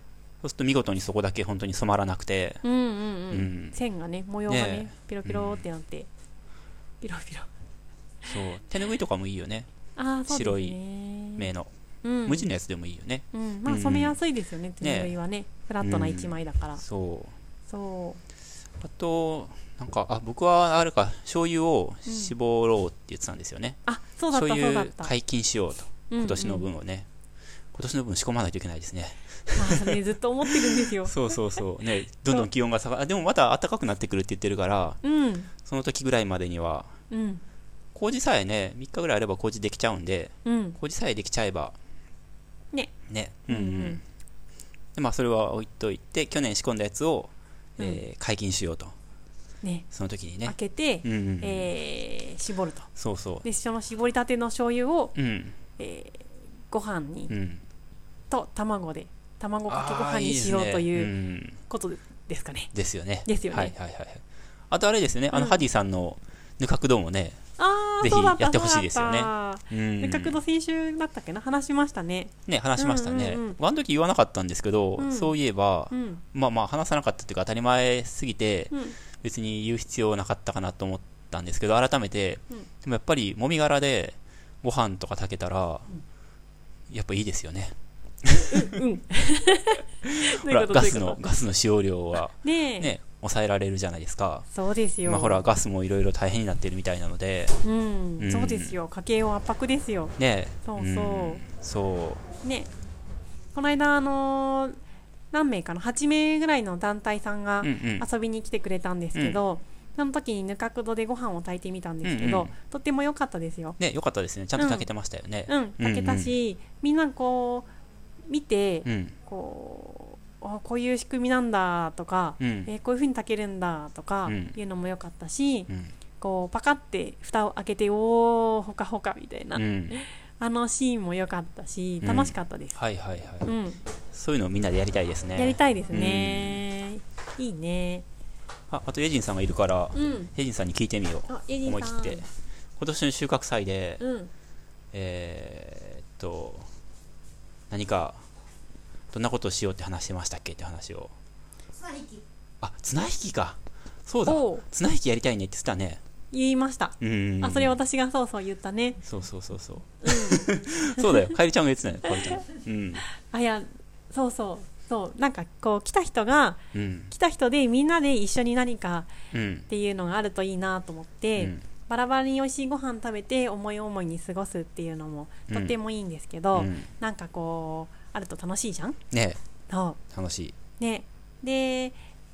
B: うすると見事にそこだけ本当に染まらなくて、
A: ううんうん
B: う
A: うんん、線がね模様がね
B: ね
A: ピロピロってなって、ピロピロ
B: そう手ぬぐいとかもいいよね、
A: ああそうですね
B: 白い目の、
A: うん、
B: 無地のやつでもいいよね。
A: うんまあ染めやすいですよね手ぬぐいはねフラットな一枚だから、
B: そう
A: そ
B: あとなんかあ僕はあれか醤油を絞ろうって言ってたんですよね、
A: うあそうだった
B: 醤
A: そうだ
B: 油
A: った
B: 解禁しようと今年の
A: うんうん
B: 分をね、今年の分仕込まないといけないですね
A: あーそれねずっと思ってるんですよ
B: そうそうそうねどんどん気温が下があでもまた暖かくなってくるって言ってるから
A: うん
B: その時ぐらいまでには
A: うん
B: 麹さえね3日ぐらいあれば麹できちゃうんで
A: うん
B: 麹さえできちゃえば
A: ね
B: ねうんうん、
A: うんうん
B: でまあそれは置いといて去年仕込んだやつを、
A: うん
B: えー解禁しようと
A: ね
B: その時に
A: 開
B: ね
A: けて、
B: うんうんうん、
A: えー絞ると
B: そうそ
A: でその絞りたての醤油を、
B: ううん
A: えーご飯に、
B: うん
A: と卵で卵かけご
B: あ
A: 飯
B: ーい
A: に
B: いです
A: しようと
B: ね
A: いう
B: うん
A: ことですかね
B: ですよね
A: ですよね
B: はいはいはいはいあとあれですよねあの、
A: うん
B: ハディさんのぬかくどんをね
A: ああ
B: ぜひ
A: そうだった
B: やってほしいですよね
A: そうだった
B: うん
A: せっかくの先週だったっけな話しましたね
B: ね話しました
A: う
B: ね、
A: んうんうん
B: あの時言わなかったんですけど、
A: うん
B: そういえば、
A: うん
B: まあまあ話さなかったっていうか当たり前すぎて
A: うん
B: 別に言う必要なかったかなと思ったんですけど改めて、
A: うん
B: でもやっぱりもみ殻でご飯とか炊けたら、やっぱいいですよね
A: うん
B: ほらガ
A: ど
B: ス
A: ういう
B: の
A: こと
B: ガスの使用量は
A: ねえ
B: ね抑えられるじゃないですか
A: そうですよ
B: 今ほらガスもいろいろ大変になってるみたいなので
A: うん、
B: うん
A: そうですよ家計を圧迫ですよ
B: ね
A: そうそうん
B: そ
A: ねこの間あのー何名かな8名ぐらいの団体さんが
B: ううんうん
A: 遊びに来てくれたんですけど、その時にぬかくどでご飯を炊いてみたんですけど、
B: うんうん
A: とっても良かったですよ
B: ねよかったですねちゃんと炊けてましたよね
A: うん炊けたし、みんなこう見て
B: うん
A: こうあこういう仕組みなんだとか、
B: うん
A: えーこういうふうに炊けるんだとか
B: うん
A: いうのも良かったし、
B: うん
A: こうパカって蓋を開けておーほかほかみたいな、
B: うん
A: あのシーンも良かったし
B: うん
A: 楽しかったです、
B: はいはいはい
A: うん、
B: そういうのをみんなでやりたいですね
A: やりたいですね、いいね
B: ああとエジンさんがいるから、
A: うん
B: エジンさんに聞いてみよう
A: あエジ
B: 思
A: ン
B: い切
A: さん
B: って今年の収穫祭で、
A: うん
B: えーっと何かどんなことをしようって話してましたっけって話をあ綱引きかそうだ
A: おう
B: 綱引きやりたいねって言ってたね
A: 言いました
B: うんうんうん
A: あそれ私がそうそう言ったね
B: そうそうそうそうそうだよかえりちゃんが言ってたよかえりちゃんうん
A: あいやそうそうそうなんかこう来た人が
B: うん
A: 来た人でみんなで一緒に何か
B: うん
A: っていうのがあるといいなと思っ
B: う
A: て、
B: ん
A: バラバラに美味しいご飯食べて思い思いに過ごすっていうのもとってもいいんですけど、
B: うん
A: なんかこうあると楽しいじゃん
B: ね
A: そ
B: 楽しいう
A: ねで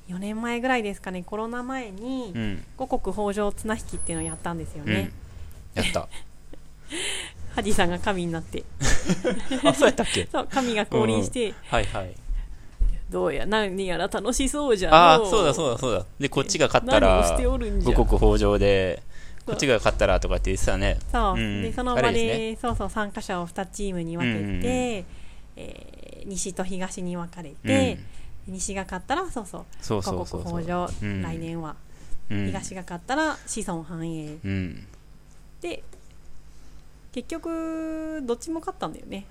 A: 4年前ぐらいですかねコロナ前に
B: うん
A: 五穀豊穣綱引きっていうのをやったんですよ
B: うん
A: ね、
B: やった
A: ハディさんが神になって
B: あそうやったっけ
A: そう神が降臨して、
B: はいはい
A: どうや何やら楽しそうじゃ
B: あ
A: の
B: あそうだそうだそうだでこっちが勝った
A: 何を
B: ら
A: しておるんじゃ
B: 五穀豊穣でこっちが勝ったらとかって言ってたね
A: そう、
B: うん
A: でその
B: あ
A: 場
B: れ
A: で
B: です
A: そうそう参加者を2チームに分けて、
B: うんうんうん
A: えー西と東に分かれて、西が勝ったらそうそう
B: そうそ
A: 五
B: うそう
A: 穀
B: そう
A: 豊穣、
B: うん
A: 来年は、
B: うん
A: 東が勝ったら子孫繁栄
B: うん
A: で結局どっちも勝ったんだよね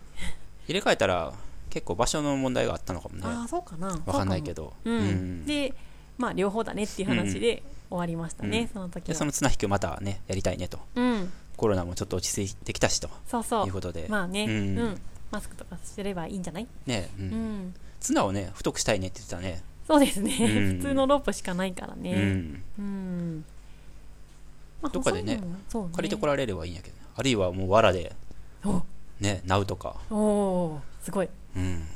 B: 入れ替えたら結構場所の問題があったのかもね
A: ああそうかな
B: わかんないけ
A: ど
B: ど
A: う、ん、でまあ両方だねっていう話で終わりましたね、
B: うん
A: その時
B: で
A: は
B: その綱引きをまたねやりたいねと
A: うん
B: コロナもちょっと落ち着いてきたしと
A: そうそ
B: いう
A: う
B: ことで
A: まあね
B: う
A: うんん、マスクとかすればいいんじゃない
B: ねう
A: うんん
B: 綱をね太くしたいねって言ってたね
A: そうですね、
B: うん
A: 普通のロープしかないから
B: う
A: ね
B: ん
A: うん、まあ
B: どっかでね
A: 細いのもそうね
B: 借りてこられればいいんやけどねあるいはもう藁でねナウとか
A: おおーすごい
B: うん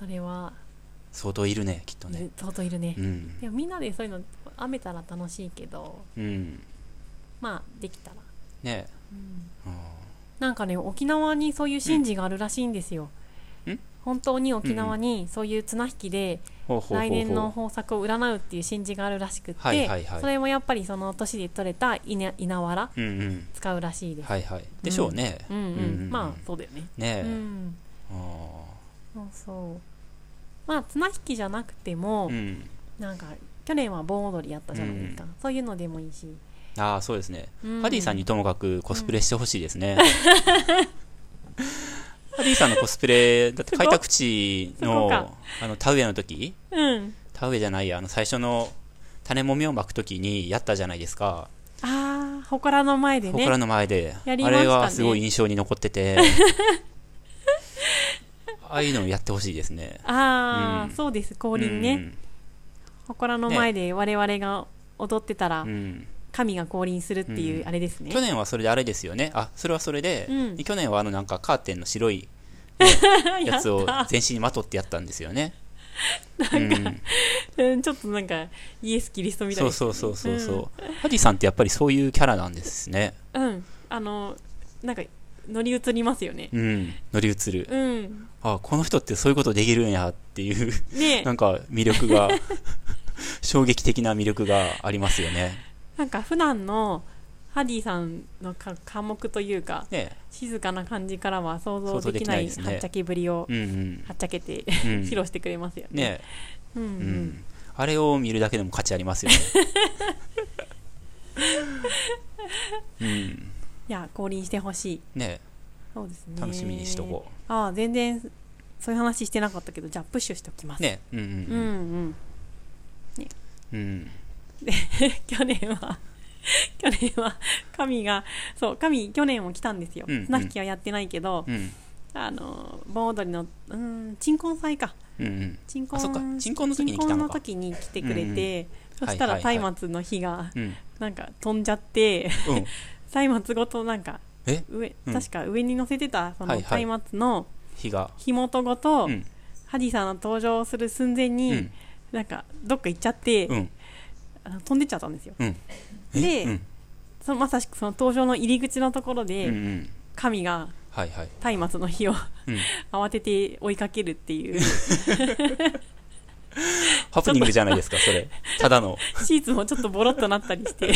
A: それは
B: 相当いるねきっとね
A: 相当いるね
B: うん
A: でもみんなでそういうの編めたら楽しいけど
B: うん
A: まあできたら、
B: ね
A: なんかね沖縄にそういう神事があるらしいんですよ、
B: うん
A: 本当に沖縄にそういう綱引きで
B: ほうほうほうほう
A: 来年の豊作を占うっていう神事があるらしくって、
B: はいはいはい
A: それもやっぱりその年で取れた稲稲わら
B: うんうん
A: 使うらしいです、
B: はいはいでしょうね
A: うんうん、
B: うんうん
A: まあそうだよね、
B: ね
A: う
B: え
A: ん
B: あ
A: そうそうまあ綱引きじゃなくても、
B: ーうん
A: なんか去年は盆踊りやったじゃないですか、そういうのでもいいし、
B: ああそうですね
A: うん
B: ハディさんにともかくコスプレしてほしいで すねハディさんのコスプレだって開拓地
A: そこか
B: のあの田植えの時
A: うん
B: 田植えじゃないやあの最初の種もみをまく時にやったじゃないですか
A: ああ祠の前でね
B: 祠の前で、
A: やりま
B: あ
A: したね
B: れがすごい印象に残っ ててああいうのをやってほしいですね
A: ああ、
B: うん
A: そうです降臨ね、祠の前で我々が踊ってたら
B: うんうん
A: 神が降臨するっていううあれですね、
B: 去年はそれであれですよねあそれはそれで、
A: うん
B: 去年はあのなんかカーテンの白いやつを全身にまとってやったんですよねうん、
A: うんちょっとなんかイエス・キリストみたい
B: そう
A: な
B: そうそうそうそう、ハディさんってやっぱりそういうキャラなんですね
A: うんあのなんか乗り移りますよね
B: うん乗り移る
A: うん
B: あこの人ってそういうことできるんやって いう
A: ね
B: なんか魅力が 衝撃的な魅力がありますよね
A: なんか普段のハディさんのか科目というか
B: ね
A: 静かな感じからは想
B: 想
A: 像
B: 像
A: で
B: でき
A: き
B: な
A: ないい
B: ですね
A: はっちゃけぶりを
B: うんうん
A: はっちゃけて
B: う
A: 披
B: ん
A: 露してくれますよね。
B: ね
A: うんう
B: うんんあれを見るだけでも価値あります よねうん
A: いや降臨してほしい。
B: ね
A: そうですね。
B: 楽しみにしとこ
A: う。ああ全然そういう話してなかったけどじゃあプッシュしておきます。
B: うねうんう
A: うんうんん。
B: うん、うん、
A: 去年は 去年は神がそう神去年も来たんですよ。
B: うんうん
A: 綱引きはやってないけど
B: うん
A: あの盆踊りのうん鎮魂祭か。
B: うんうん
A: 鎮
B: あ
A: 魂
B: そっか鎮魂の時に来たのか
A: 鎮魂の時に来てくれて、
B: うん
A: そした
B: は
A: ら
B: いはいはい
A: 松明の火が
B: うん
A: なんか飛んじゃって、
B: うん
A: 松明ごとなんか
B: え
A: 上、
B: うん
A: 確か上に乗せてたそ
B: は
A: の
B: いは
A: 松
B: い
A: 明の
B: 日が
A: 火元ごと、
B: うん
A: ハディさんの登場する寸前
B: う
A: に、
B: ん
A: なんかどっか行っちゃって、
B: うん
A: あの飛んでっちゃったんですよ。
B: うんえ
A: で、
B: うん
A: そのまさしくその登場の入り口のところ
B: う
A: で、
B: んうん
A: 神が
B: はいはい
A: 松明の火を
B: うん
A: 慌てて追いかけるっていう
B: ハプニングじゃないですかそれただ の
A: シーツもちょっとボロっとなったりして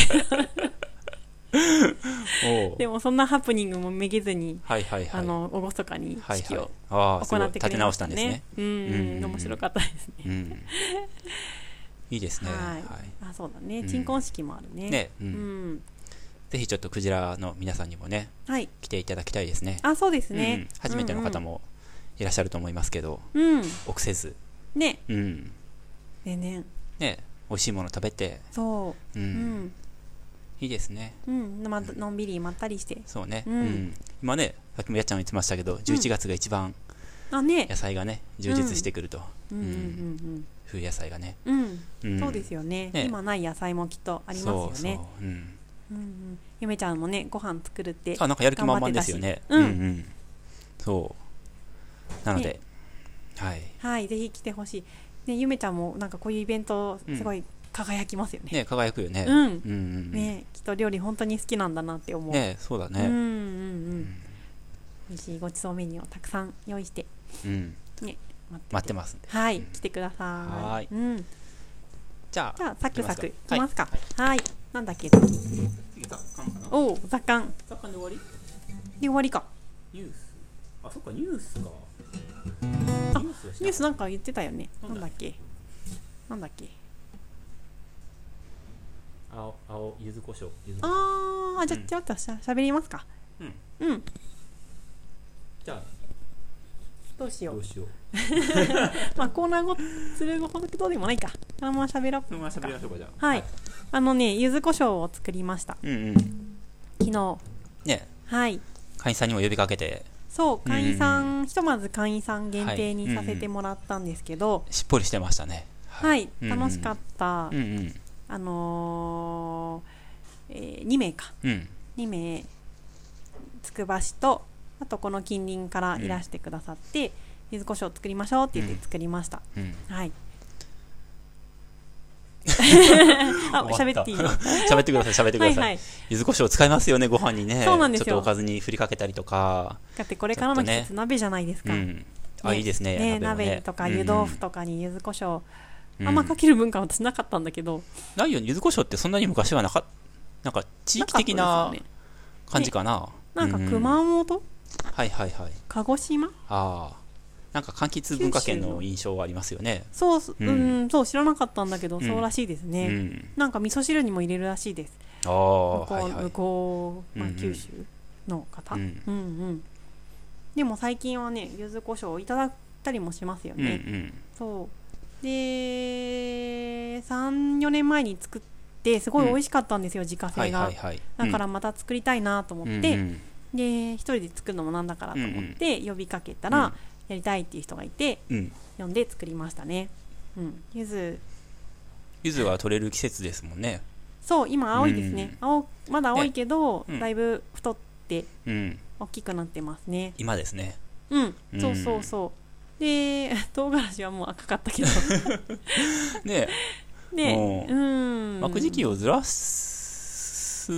B: おう
A: でもそんなハプニングもめげずに
B: はいはいはい
A: あの厳かに
B: はい
A: 式
B: はい
A: を
B: ああす
A: 行
B: ごい
A: ってく
B: 立
A: れ
B: て
A: ま
B: 直
A: し
B: したたんです
A: ね
B: ね。
A: うん、
B: うん
A: 面白かったですね。
B: うんいいですね。
A: は
B: はいい。
A: あ、そうだね。
B: うん
A: 鎮魂式もあるね。
B: ね、う。
A: うんん。
B: ぜひちょっとクジラの皆さんにもね、
A: はい。
B: 来ていただきたいですね。
A: あ、そうです
B: う
A: ね
B: ん。初めての方もいらっしゃると思いますけど、
A: うん。うん。
B: 臆せず、
A: ね。
B: うん。
A: ねね。
B: ね、美味しいもの食べて、。
A: そうう。うんん。
B: いいですね。
A: うん。ま、のんびりまったりして。
B: そうね。
A: う
B: うんん。今ね、さっきもやっちゃんも言ってましたけど、11月が一番
A: あ、ね
B: 野。菜がね、充実してくると。
A: うんうん
B: 冬野菜がね。
A: うんうん。うん。そうです
B: よ。
A: よね。
B: ね
A: 今ない野菜もきっとありますよね
B: そう。そう。う
A: う
B: ん。
A: んうん。ゆめちゃんもね、ご飯作るって。
B: あなんかやる気満々ですよね。
A: 頑張っ
B: う
A: てたし
B: んうん。そう。なので、はい。
A: はい。ぜひ来てほしい。ね、ゆめちゃんもなんかこういうイベント、すごい輝きますよね。
B: ね輝くよね。
A: うん
B: うんうん。ね
A: ね、きっと料理本当に好きなんだなって思う。
B: そうだ
A: うんう
B: ね。
A: んうん。美味しいごちそうメニューをたくさん用意して
B: うん。
A: 待ってて
B: 待ってますんで。
A: はい、
B: うん
A: 来てください。
B: はーい
A: うん。じ
B: じゃあ、
A: ゃあサクサクい
B: い
A: き
B: き
A: ま
B: ます
A: か。はい。なんだっけ。次
B: 次雑感かな
A: おお、雑感
B: 雑感で終わり
A: で終わりか。
B: ニュース。あ、そっか、ニュースか。
A: あ
B: ニュースはし
A: ニュー
B: ない
A: スなんか言ってたよね。な
B: なんん
A: だ
B: だ
A: っけ。なんだっけ。
B: 青、青、柚子胡椒。柚子胡椒
A: あーあ、じゃあ
B: うん
A: ちょっとしゃ喋りますか。
B: うん。
A: うん。
B: じゃあ、
A: どうしよ
B: ど
A: う
B: う。しよう。
A: まあコーナーごするほどでもないか。あんま喋ろう。
B: そのまま喋りましょうか、じゃあ。
A: はい。あのね、柚子胡椒を作りました。
B: うんうん。
A: 昨日。
B: ね、
A: はい。
B: 会員さんにも呼びかけて、
A: そう会員さん、
B: うん
A: ひとまず会員さん限定
B: は
A: に
B: い
A: させてもらったんですけど、
B: しっぽりしてましたね。。
A: はいい、
B: うん
A: 楽しかった、
B: うんうん。
A: あのーえー2名か
B: うん。
A: 2名つくば市とあとこの近隣からいらしてくださって、柚子胡椒を作りましょうって言って作りました、
B: うん。
A: はいあ
B: 終
A: 喋
B: わ
A: っていい
B: た 喋ってください喋ってく
A: は
B: だ
A: い
B: さい、
A: はい
B: 柚子胡椒使いますよねご飯にね
A: そうなんですよ
B: ちょっとおかずに振りかけたりとか
A: だってこれからの季
B: ちょっ
A: 節
B: と
A: 鍋じゃないですか、
B: うんあ、
A: ね
B: いいですね
A: ね
B: も
A: 鍋とか湯豆腐とかに柚子胡椒、あんまか
B: け
A: ける文化は私なかったんだけど
B: ないよね柚子胡椒ってそんなに昔はなかっなんか地域的
A: かった
B: な
A: ですよね
B: 感じかな
A: なんか
B: う
A: 熊本、
B: はいはいはい
A: 鹿児島
B: ああなんか柑橘文化圏の印象はありますよね
A: そうす、う
B: うん
A: ん、そう知らなかったんだけど、
B: うん
A: そうらしいです
B: う
A: ね、
B: ん
A: なんか味噌汁にも入れるらしいです
B: あ
A: 向こ
B: あ
A: う,、
B: はいはい
A: 向こう、まあ
B: うんうん
A: 九州の方、う
B: うんん、
A: うんでも最近はね柚子胡椒をいただいたりもしますよ
B: うんう
A: ね、
B: ん
A: そうで34年前に作ってすごい美味しかったんですよ、自家
B: は
A: 製
B: い
A: が、
B: はいはい
A: だから
B: 持
A: また作りたいなと思って、で一人で作るのもなんだからと思って呼びかけたら、
B: うん
A: やりたいっていう人がいて
B: うん
A: 読んで作りましたね。うん、柚子
B: 柚子が取れる季節ですもんね
A: そう今青いですね、青まだ青い
B: ね
A: けど、
B: うん
A: だいぶ太って
B: うん
A: 大きくなってますね
B: 今ですね
A: うん、
B: うん
A: そうそうそうで 唐辛子はもう赤かった けど
B: ね
A: で
B: おう
A: うん
B: 巻く時期をずらす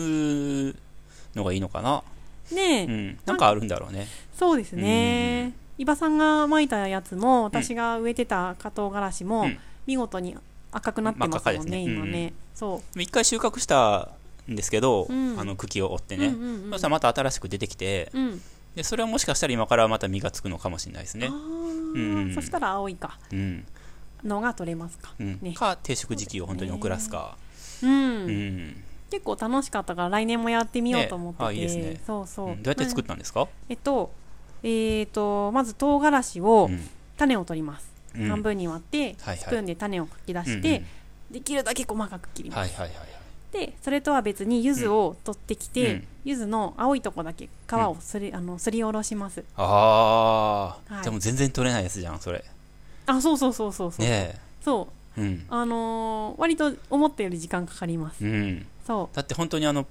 B: のがいいのかな、
A: ねえ、
B: うん、なんかあるんだろうね
A: そうですね伊庭さんが巻いたやつも私が植えてた加唐辛子も、
B: うん
A: 見事に赤くなってます
B: 真っ赤
A: も
B: です
A: ん
B: ね
A: ね今
B: うんう
A: ね、そ
B: 一回収穫したんですけど、
A: うん
B: あの茎を折って
A: う、
B: ね、
A: うんうんうん
B: そしたらまた新しく出てきて
A: うん
B: でそれはもしかしたら今からまた実がつくのかもしれないです
A: あ
B: ね、
A: ー
B: うん
A: そしたら青いか
B: うん
A: のが取れますか、
B: うん
A: ね
B: か定食時期を本当に遅らすか
A: うん
B: う、ん
A: 結構楽しかったから来年もやってみようと思ってて、
B: ねあいいですね
A: そうそう、
B: うんどうやって作
A: ま
B: ったんですか、
A: あえっとえー、とまず唐辛子を
B: うん
A: 種を取ります、
B: うん
A: 半分に割って、
B: はいはい
A: スプーンで種をかき出して、できるだけ細かく切
B: う
A: り
B: んうん
A: ます、
B: はいはいはいはい
A: でそれとは別に柚子を取ってき
B: う
A: て
B: ん
A: 柚子、の青いとこだけ皮をすり,、あのすりおろします
B: ああ、
A: はい
B: じゃあもう全然取れないやつじゃんそれ
A: あそうそうそうそうそう、
B: ね
A: そう
B: えうん
A: あのー割と思ったより時間かかります、
B: うん
A: そ
B: だって本当にあの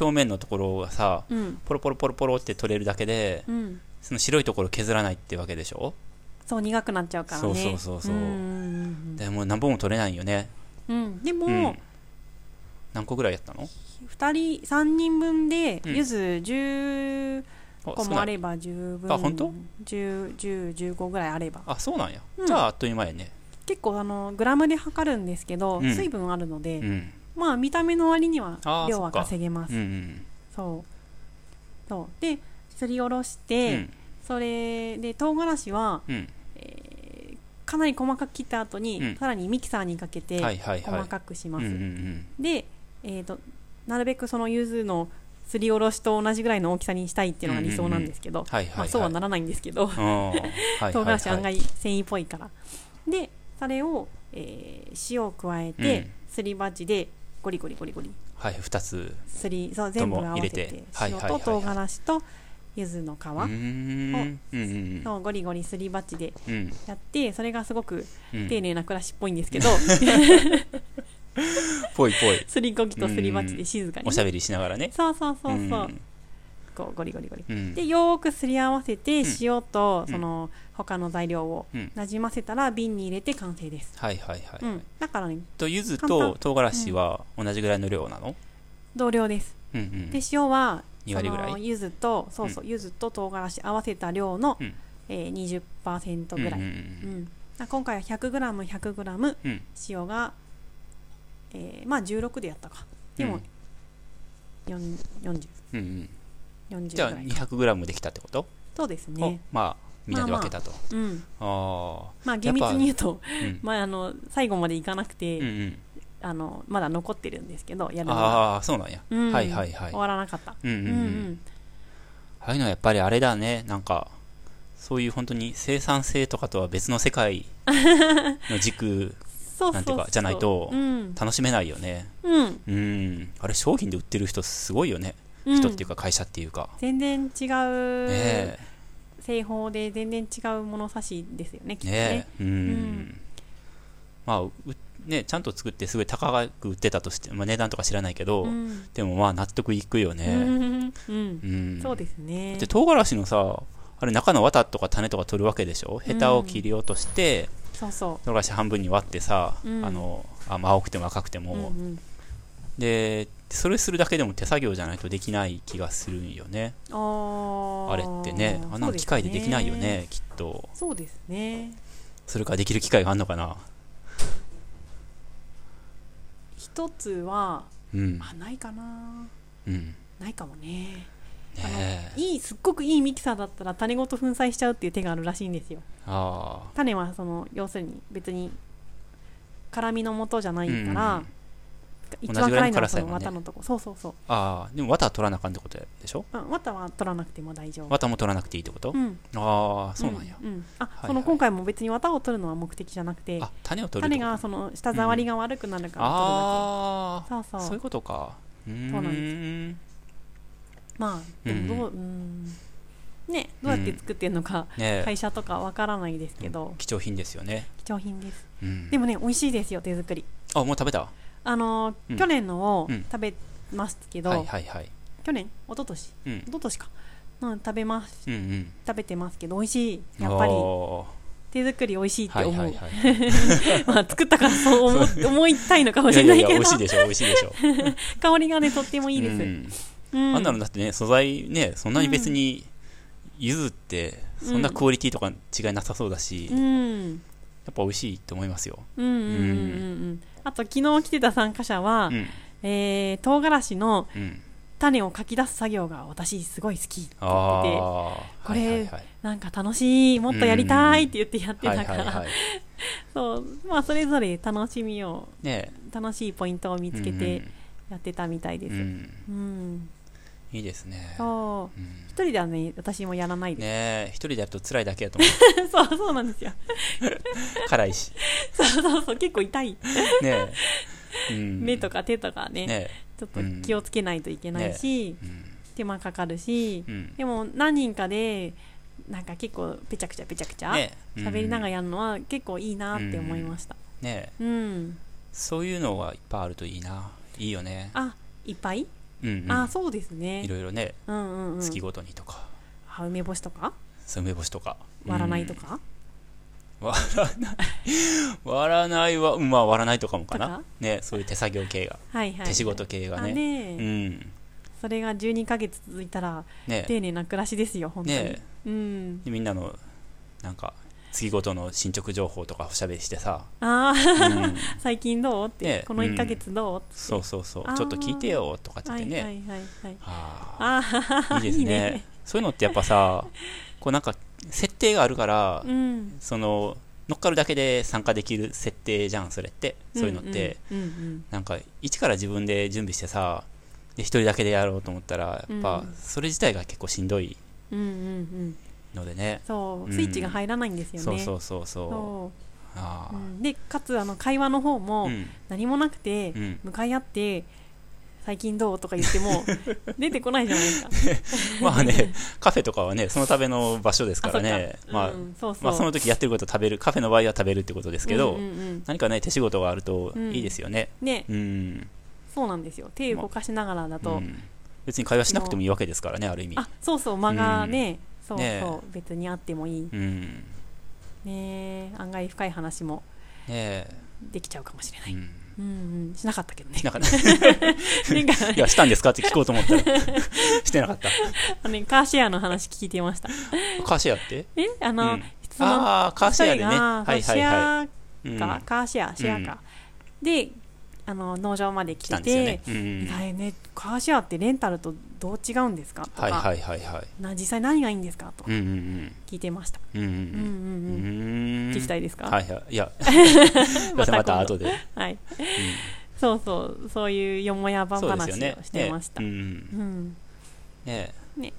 B: 表面のところはさ
A: ううん
B: ポロポロポロポロって取れるだけで
A: うん
B: その白いところ削らないってわけでしょ
A: そう苦くなっちゃうからね
B: そうそうそうそうん
A: うん
B: でもう何本も取れないよね
A: うんうんで
B: う
A: も
B: ん、何個ぐらいやったの
A: 2人3人分で
B: うん
A: ゆず10個
B: 少
A: も
B: な
A: あ
B: い
A: れば十分
B: あ本当
A: 1015ぐらいあれば
B: あそうなんや、
A: うん
B: じゃああっという間やね
A: 結構あのグラムで測るんですけど、
B: うん
A: 水分あるので、
B: うん
A: まあ見た目の割には
B: あー
A: 量
B: そっ
A: は
B: か
A: 稼げま
B: う
A: す
B: んうん
A: そうそうですりおろし
B: う
A: て、
B: ん
A: それで唐辛子は
B: うん
A: かなり細かく切った後に、
B: うん
A: さらにミキサーにかけて
B: はいはいはい
A: 細かくします、
B: うんうんうん
A: で、えー、となるべくその柚子のすりおろしと同じぐらいの大きさにしたいっていうのが理想なんですけど、
B: はいはい、
A: ま
B: は
A: あ、
B: い、
A: そうはならないんですけど、
B: うんはいはいはい
A: 唐辛子案外繊維っぽいから、でそれを、えー塩を加え
B: う
A: て
B: ん
A: すり鉢でゴリゴリゴリゴリ
B: はい2つ
A: すりそう全部合わせ
B: とも入れ
A: て
B: てはい
A: 塩
B: はいはい
A: と
B: はい
A: 唐辛子と柚子の皮
B: うーんうんうん
A: のゴリゴリすり鉢で
B: うん
A: やってそれがすごく
B: うん
A: 丁寧な暮らしっぽいんです けど、
B: ぽいぽい
A: すりゴキとすり鉢で静かに
B: おしゃべりしながらね
A: そうそうそうそう、
B: ん
A: こうゴリゴリゴリ
B: うん
A: でよーくすり合わせて
B: ん
A: 塩と
B: うん
A: その他の材料を
B: うん
A: なじませたら瓶に入れて完成です、
B: はいはいはい、
A: うん、だからね
B: と柚子
A: 簡
B: と
A: 単
B: 唐辛子は同じぐらいの量なの、
A: 同量です
B: うんうん、
A: で塩は
B: 2割ぐらい
A: その柚子とそうそう、柚子と唐辛子合わせた量の、
B: うん
A: えー、20%ぐらい、
B: う
A: うんん
B: うん
A: あ今回は 100g100g
B: うんうん
A: 塩が、えーまあ16でやったかでも、四4040
B: うんうん、
A: ぐ
B: じゃあ
A: らい
B: 200g できたってこと、
A: そうですね
B: をまあみんなで分けたと、
A: うん
B: ああ
A: まあ厳密に言うと、
B: ー、うん
A: まあ、あの最後までいかなくて、
B: うんうん、
A: あのまだ残ってるんですけどやるのが、
B: ああそうなんや、
A: うん
B: はいはいはい
A: 終わらなかった、
B: うんうん
A: う
B: うんん、ああいうのはやっぱりあれだねなんかそういう本当に生産性とかとは別の世界 の軸
A: そうそうそう
B: なんていうかじゃないと
A: うん
B: 楽しめないよね
A: うん
B: うんあれ商品で売ってる人すごいよね、
A: うん
B: 人っていうか会社っていうか
A: 全然違う、
B: ねえ
A: 製法で全然違う物差しですよねきっと
B: ね
A: ね
B: えうん、
A: ん
B: まあうねちゃんと作ってすごい高く売ってたとして、まあ、値段とか知らないけど、
A: うん
B: でもまあ納得いくよね
A: うんうん
B: うん、
A: そうですね
B: で唐辛子のさあれ中の綿とか種とか取るわけでしょヘタを切り落として、
A: そうそ
B: 唐辛子半分に割ってさ、
A: うん
B: あのあまあ青くても赤くて
A: う、
B: も、
A: うんうん、
B: でそれするだけでも手作業じゃないとできない気がするんよね
A: あー
B: あれってねあんな
A: そ
B: の
A: うす
B: 機械でできないよねきっと
A: そうですね
B: それからできる機械があんのかな
A: 一つは
B: うん
A: あないかな
B: うん
A: ないかもね
B: ねえ
A: いいすっごくいいミキサーだったら種ごと粉砕しちゃうっていう手があるらしいんですよ
B: ああ
A: 種はその要するに別に辛みのもとじゃないから、
B: うん
A: 一
B: 同じ
A: 番
B: ぐら
A: 辛
B: い
A: いの
B: の辛
A: は
B: さ
A: そ
B: や
A: の
B: もんね
A: 綿のとこ、そうそうそう
B: ああでも綿は取らなあかんってことでしょ
A: あ綿は取らなくても大丈夫
B: 綿も取らなくていいってこと、
A: うん
B: ああそうなんや、
A: うんうんあ、
B: はい
A: その今回も別に綿を取るのは目的じゃなくて
B: あ種を取るっ
A: 種
B: てこと
A: がその舌触りが悪くなるから取るだ
B: あ
A: け、
B: あ
A: そうそう
B: そういうことかうーん
A: そうなん
B: で
A: まあでもどう、うん、ねどうやって作ってるのか、
B: すねえ
A: 会社とかわからないですけど、
B: 貴重品ですよね、
A: 貴重品です
B: うん、
A: でもね美味しいですよ手作り
B: あもう食べた
A: あのー、
B: うん
A: 去年のを
B: うん
A: 食べますけど、
B: はいはいはい
A: 去年一昨年
B: うん
A: 一昨年か、うん、食べます
B: うんうん
A: 食べてますけど美味しいやっぱり
B: おー
A: 手作り美味しいって
B: はい
A: 思う、
B: はいはい。
A: まあ作ったからそう思う思いたいのかも
B: い
A: し
B: や
A: れ
B: い
A: な
B: や
A: いけ
B: いや、
A: ど
B: 美味しいでしょ、美味しいでしょ。
A: 香りがねとって もいいです、
B: うん
A: うん
B: あんなのだってね、素材ね、そんなに別に、ゆずって、そんなクオリティとか違いなさそうだし、
A: う
B: や
A: ん
B: っぱ美味しいと思いますよ。
A: うんうんうんうんあと昨日来てた参加者は、
B: うん。
A: えー、唐辛子の
B: うん。
A: 種をかき出す作業が私すごい好き
B: ああ。は
A: こ
B: い
A: れ
B: はいはい
A: なんか楽しいもっとやりたいって言ってやって
B: はい
A: た
B: は
A: か
B: いは
A: ら
B: い。
A: そうまあそれぞれ楽しみを
B: ね
A: 楽しいポイントを見つけてやってたみたいで
B: うん
A: す
B: う
A: うん、
B: ん。いいですね。
A: そう
B: うん
A: 一人ではね私もやらないで
B: ねえ、一人でやると辛いだけだと思
A: す、 そうそうなんですよ
B: う。辛 いし。
A: そうそうそう結構痛い
B: ねえ。うん
A: 目とか手とかね
B: ね
A: ちょっと気をつけないといけないし、
B: え。うん
A: 手間かかるし
B: うん。
A: でも何人かでなんか結構ペチャクチャペチャクチャ
B: ねえ
A: 喋りながら
B: や
A: やるのは結構いいなって思いました
B: ね
A: う
B: え
A: ん、
B: そういうのはいっぱいあるといいな。いいよね。
A: あいっぱい、
B: うんうん。
A: あそうですね
B: いろいろね、
A: うんうんうん
B: 月ごとにとか、
A: あ梅干しとか
B: そう梅干しとか。
A: 割らないとか、
B: うん。割らないは、うんまあ割らないとかも
A: と
B: かな
A: か。
B: ねそういう手作業系が。
A: はいはい
B: 手仕事系が
A: あ
B: ね。
A: ねえ
B: うん。
A: それが12ヶ月続いたら
B: ねえ。
A: 丁寧な暮らしですよ本当に、
B: ねえ。
A: うん
B: でみんなの、なんか、月ごとの進捗情報とかおしゃべりして さ。
A: あ
B: う
A: あ
B: ん
A: 最近どうって、
B: ねえ
A: この1ヶ月どう、って
B: そうそうそ
A: あー
B: う。ちょっと聞いてよとかって
A: は
B: 言
A: い
B: って
A: はい
B: ね。
A: はいはい
B: あ
A: あ
B: あ、いい
A: あ
B: ですね。そういうのってやっぱさ、こうなんか、設定があるから
A: う、ん
B: その、乗っかるだけで参加できる設定じゃん、それって。 そういうのって。
A: うんうん
B: なんか一から自分で準備してさで一人だけでやろうと思ったらやっぱ
A: うん
B: それ自体が結構しんどい
A: うんうんうんうん
B: のでね、
A: そう
B: うん
A: スイッチが入らないんですよね、
B: そうそうそうそう
A: そう
B: あ
A: うんでかつあの会話の方
B: あ
A: も
B: ん
A: 何もなくて、
B: うん
A: 向かい合って最近どうとか言っても出てこないじゃないですか
B: まあねカフェとかはねそのための場所ですからね
A: あそうか
B: まあ、
A: うんそうそう
B: まあその時やってること食べるカフェの場合は食べるってことですけど、
A: うんうんうん
B: 何かね手仕事があると
A: うん
B: いいですよね
A: ね
B: うん、
A: そうなんですよ手動かしながらだと、
B: うん別に会話しなくてもいいわけですからねある意味
A: あそうそう間がね、そうそう、
B: ねえ
A: 別にあってもいい
B: うんね
A: ねえ案外深い話も
B: え、
A: できちゃうかもしれない、
B: うん
A: うんうん、しなかったけどね
B: なん か
A: なんか
B: いやしたんですかって聞こうと思ったら してなかった
A: あのねカーシェアの話聞いてました
B: カーシェアって
A: えあの、
B: うん
A: その
B: ああーカーシェアでね
A: 二人がそ
B: はいう
A: シ
B: はいは
A: ェ
B: い、う
A: ア
B: ん、
A: か、カーシェアシェアか、であの農場まで来
B: 来
A: て
B: た
A: て
B: んですよね、うんうん
A: あれねカーシェアってレンタルとどう違うんですかとか、
B: はいはいはいはい
A: な実際何がいいんですかとか
B: うんうん
A: 聞いてました、
B: うんうんう
A: うんうん
B: んう
A: うん
B: ん
A: 聞きたいですか、
B: はいはいいや
A: また
B: また後で、うん、
A: はいそうそうそういうよもやば
B: そうです
A: 話
B: よね
A: をしてました、
B: ね,、う
A: うんん
B: ね
A: ね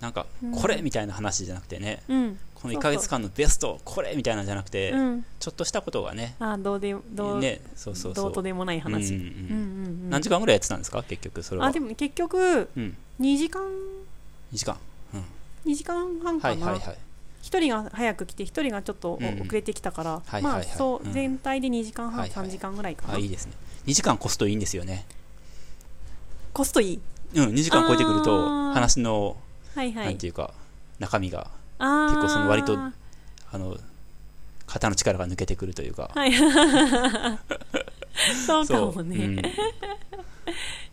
B: なんか
A: うん
B: これみたいな話じゃなくてね
A: うん
B: この1か月間のベストこれみたいなんじゃなくて、
A: うん
B: ちょっとしたことがね
A: あどうでどう,、
B: ねそうそうそう
A: どうとでもない話、う
B: う
A: んんう
B: う
A: ん
B: ん
A: うん
B: 何時間ぐらいやってたんですか結局それは
A: あでも結局
B: うん、
A: 2時間
B: 2時間
A: 2時間半
B: は
A: か
B: い
A: な、
B: はいはい
A: 一人が早く来て一人がちょっとお
B: うん
A: 遅れてきたから、
B: はい
A: ま
B: はい
A: あ
B: はい
A: そう、
B: うん
A: 全体で2時間半、
B: はいはい
A: 3時間ぐらいかな
B: あいいですね2時間越すといいんですよね
A: コストいい
B: うん2時間超えてくると
A: あー
B: 話の
A: はいは
B: ないんていうか中身が
A: あー
B: 結構その割とあの肩の力が抜けてくるというか
A: はい そうかもね、
B: うん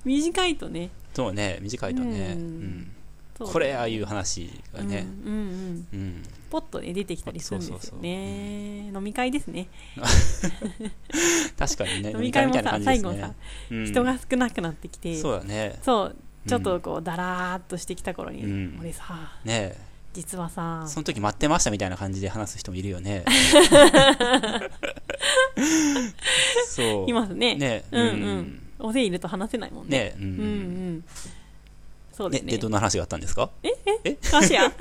A: 短いとね
B: そうね短いとね
A: うん
B: うん
A: そう
B: これああいう話がね
A: うんうんうん
B: うん
A: ポッとね出てきたりするんですよね飲み会ですね
B: 確かにね
A: 飲み会もさ最後さ
B: うん
A: 人が少なくなってきて、
B: そうだね
A: そうちょっと
B: うん
A: こうだらーっとしてきた頃に、
B: うん
A: 俺さ
B: ね
A: 実はさ
B: その時待ってましたみたいな感じで話す人もいるよ ねそう
A: いますね
B: ね
A: うんうん大勢いると話せないもんね
B: ねう
A: うんうんんそうで
B: ね
A: す
B: で
A: ね
B: どんな話があったんですか
A: カーシェア
B: 違う違う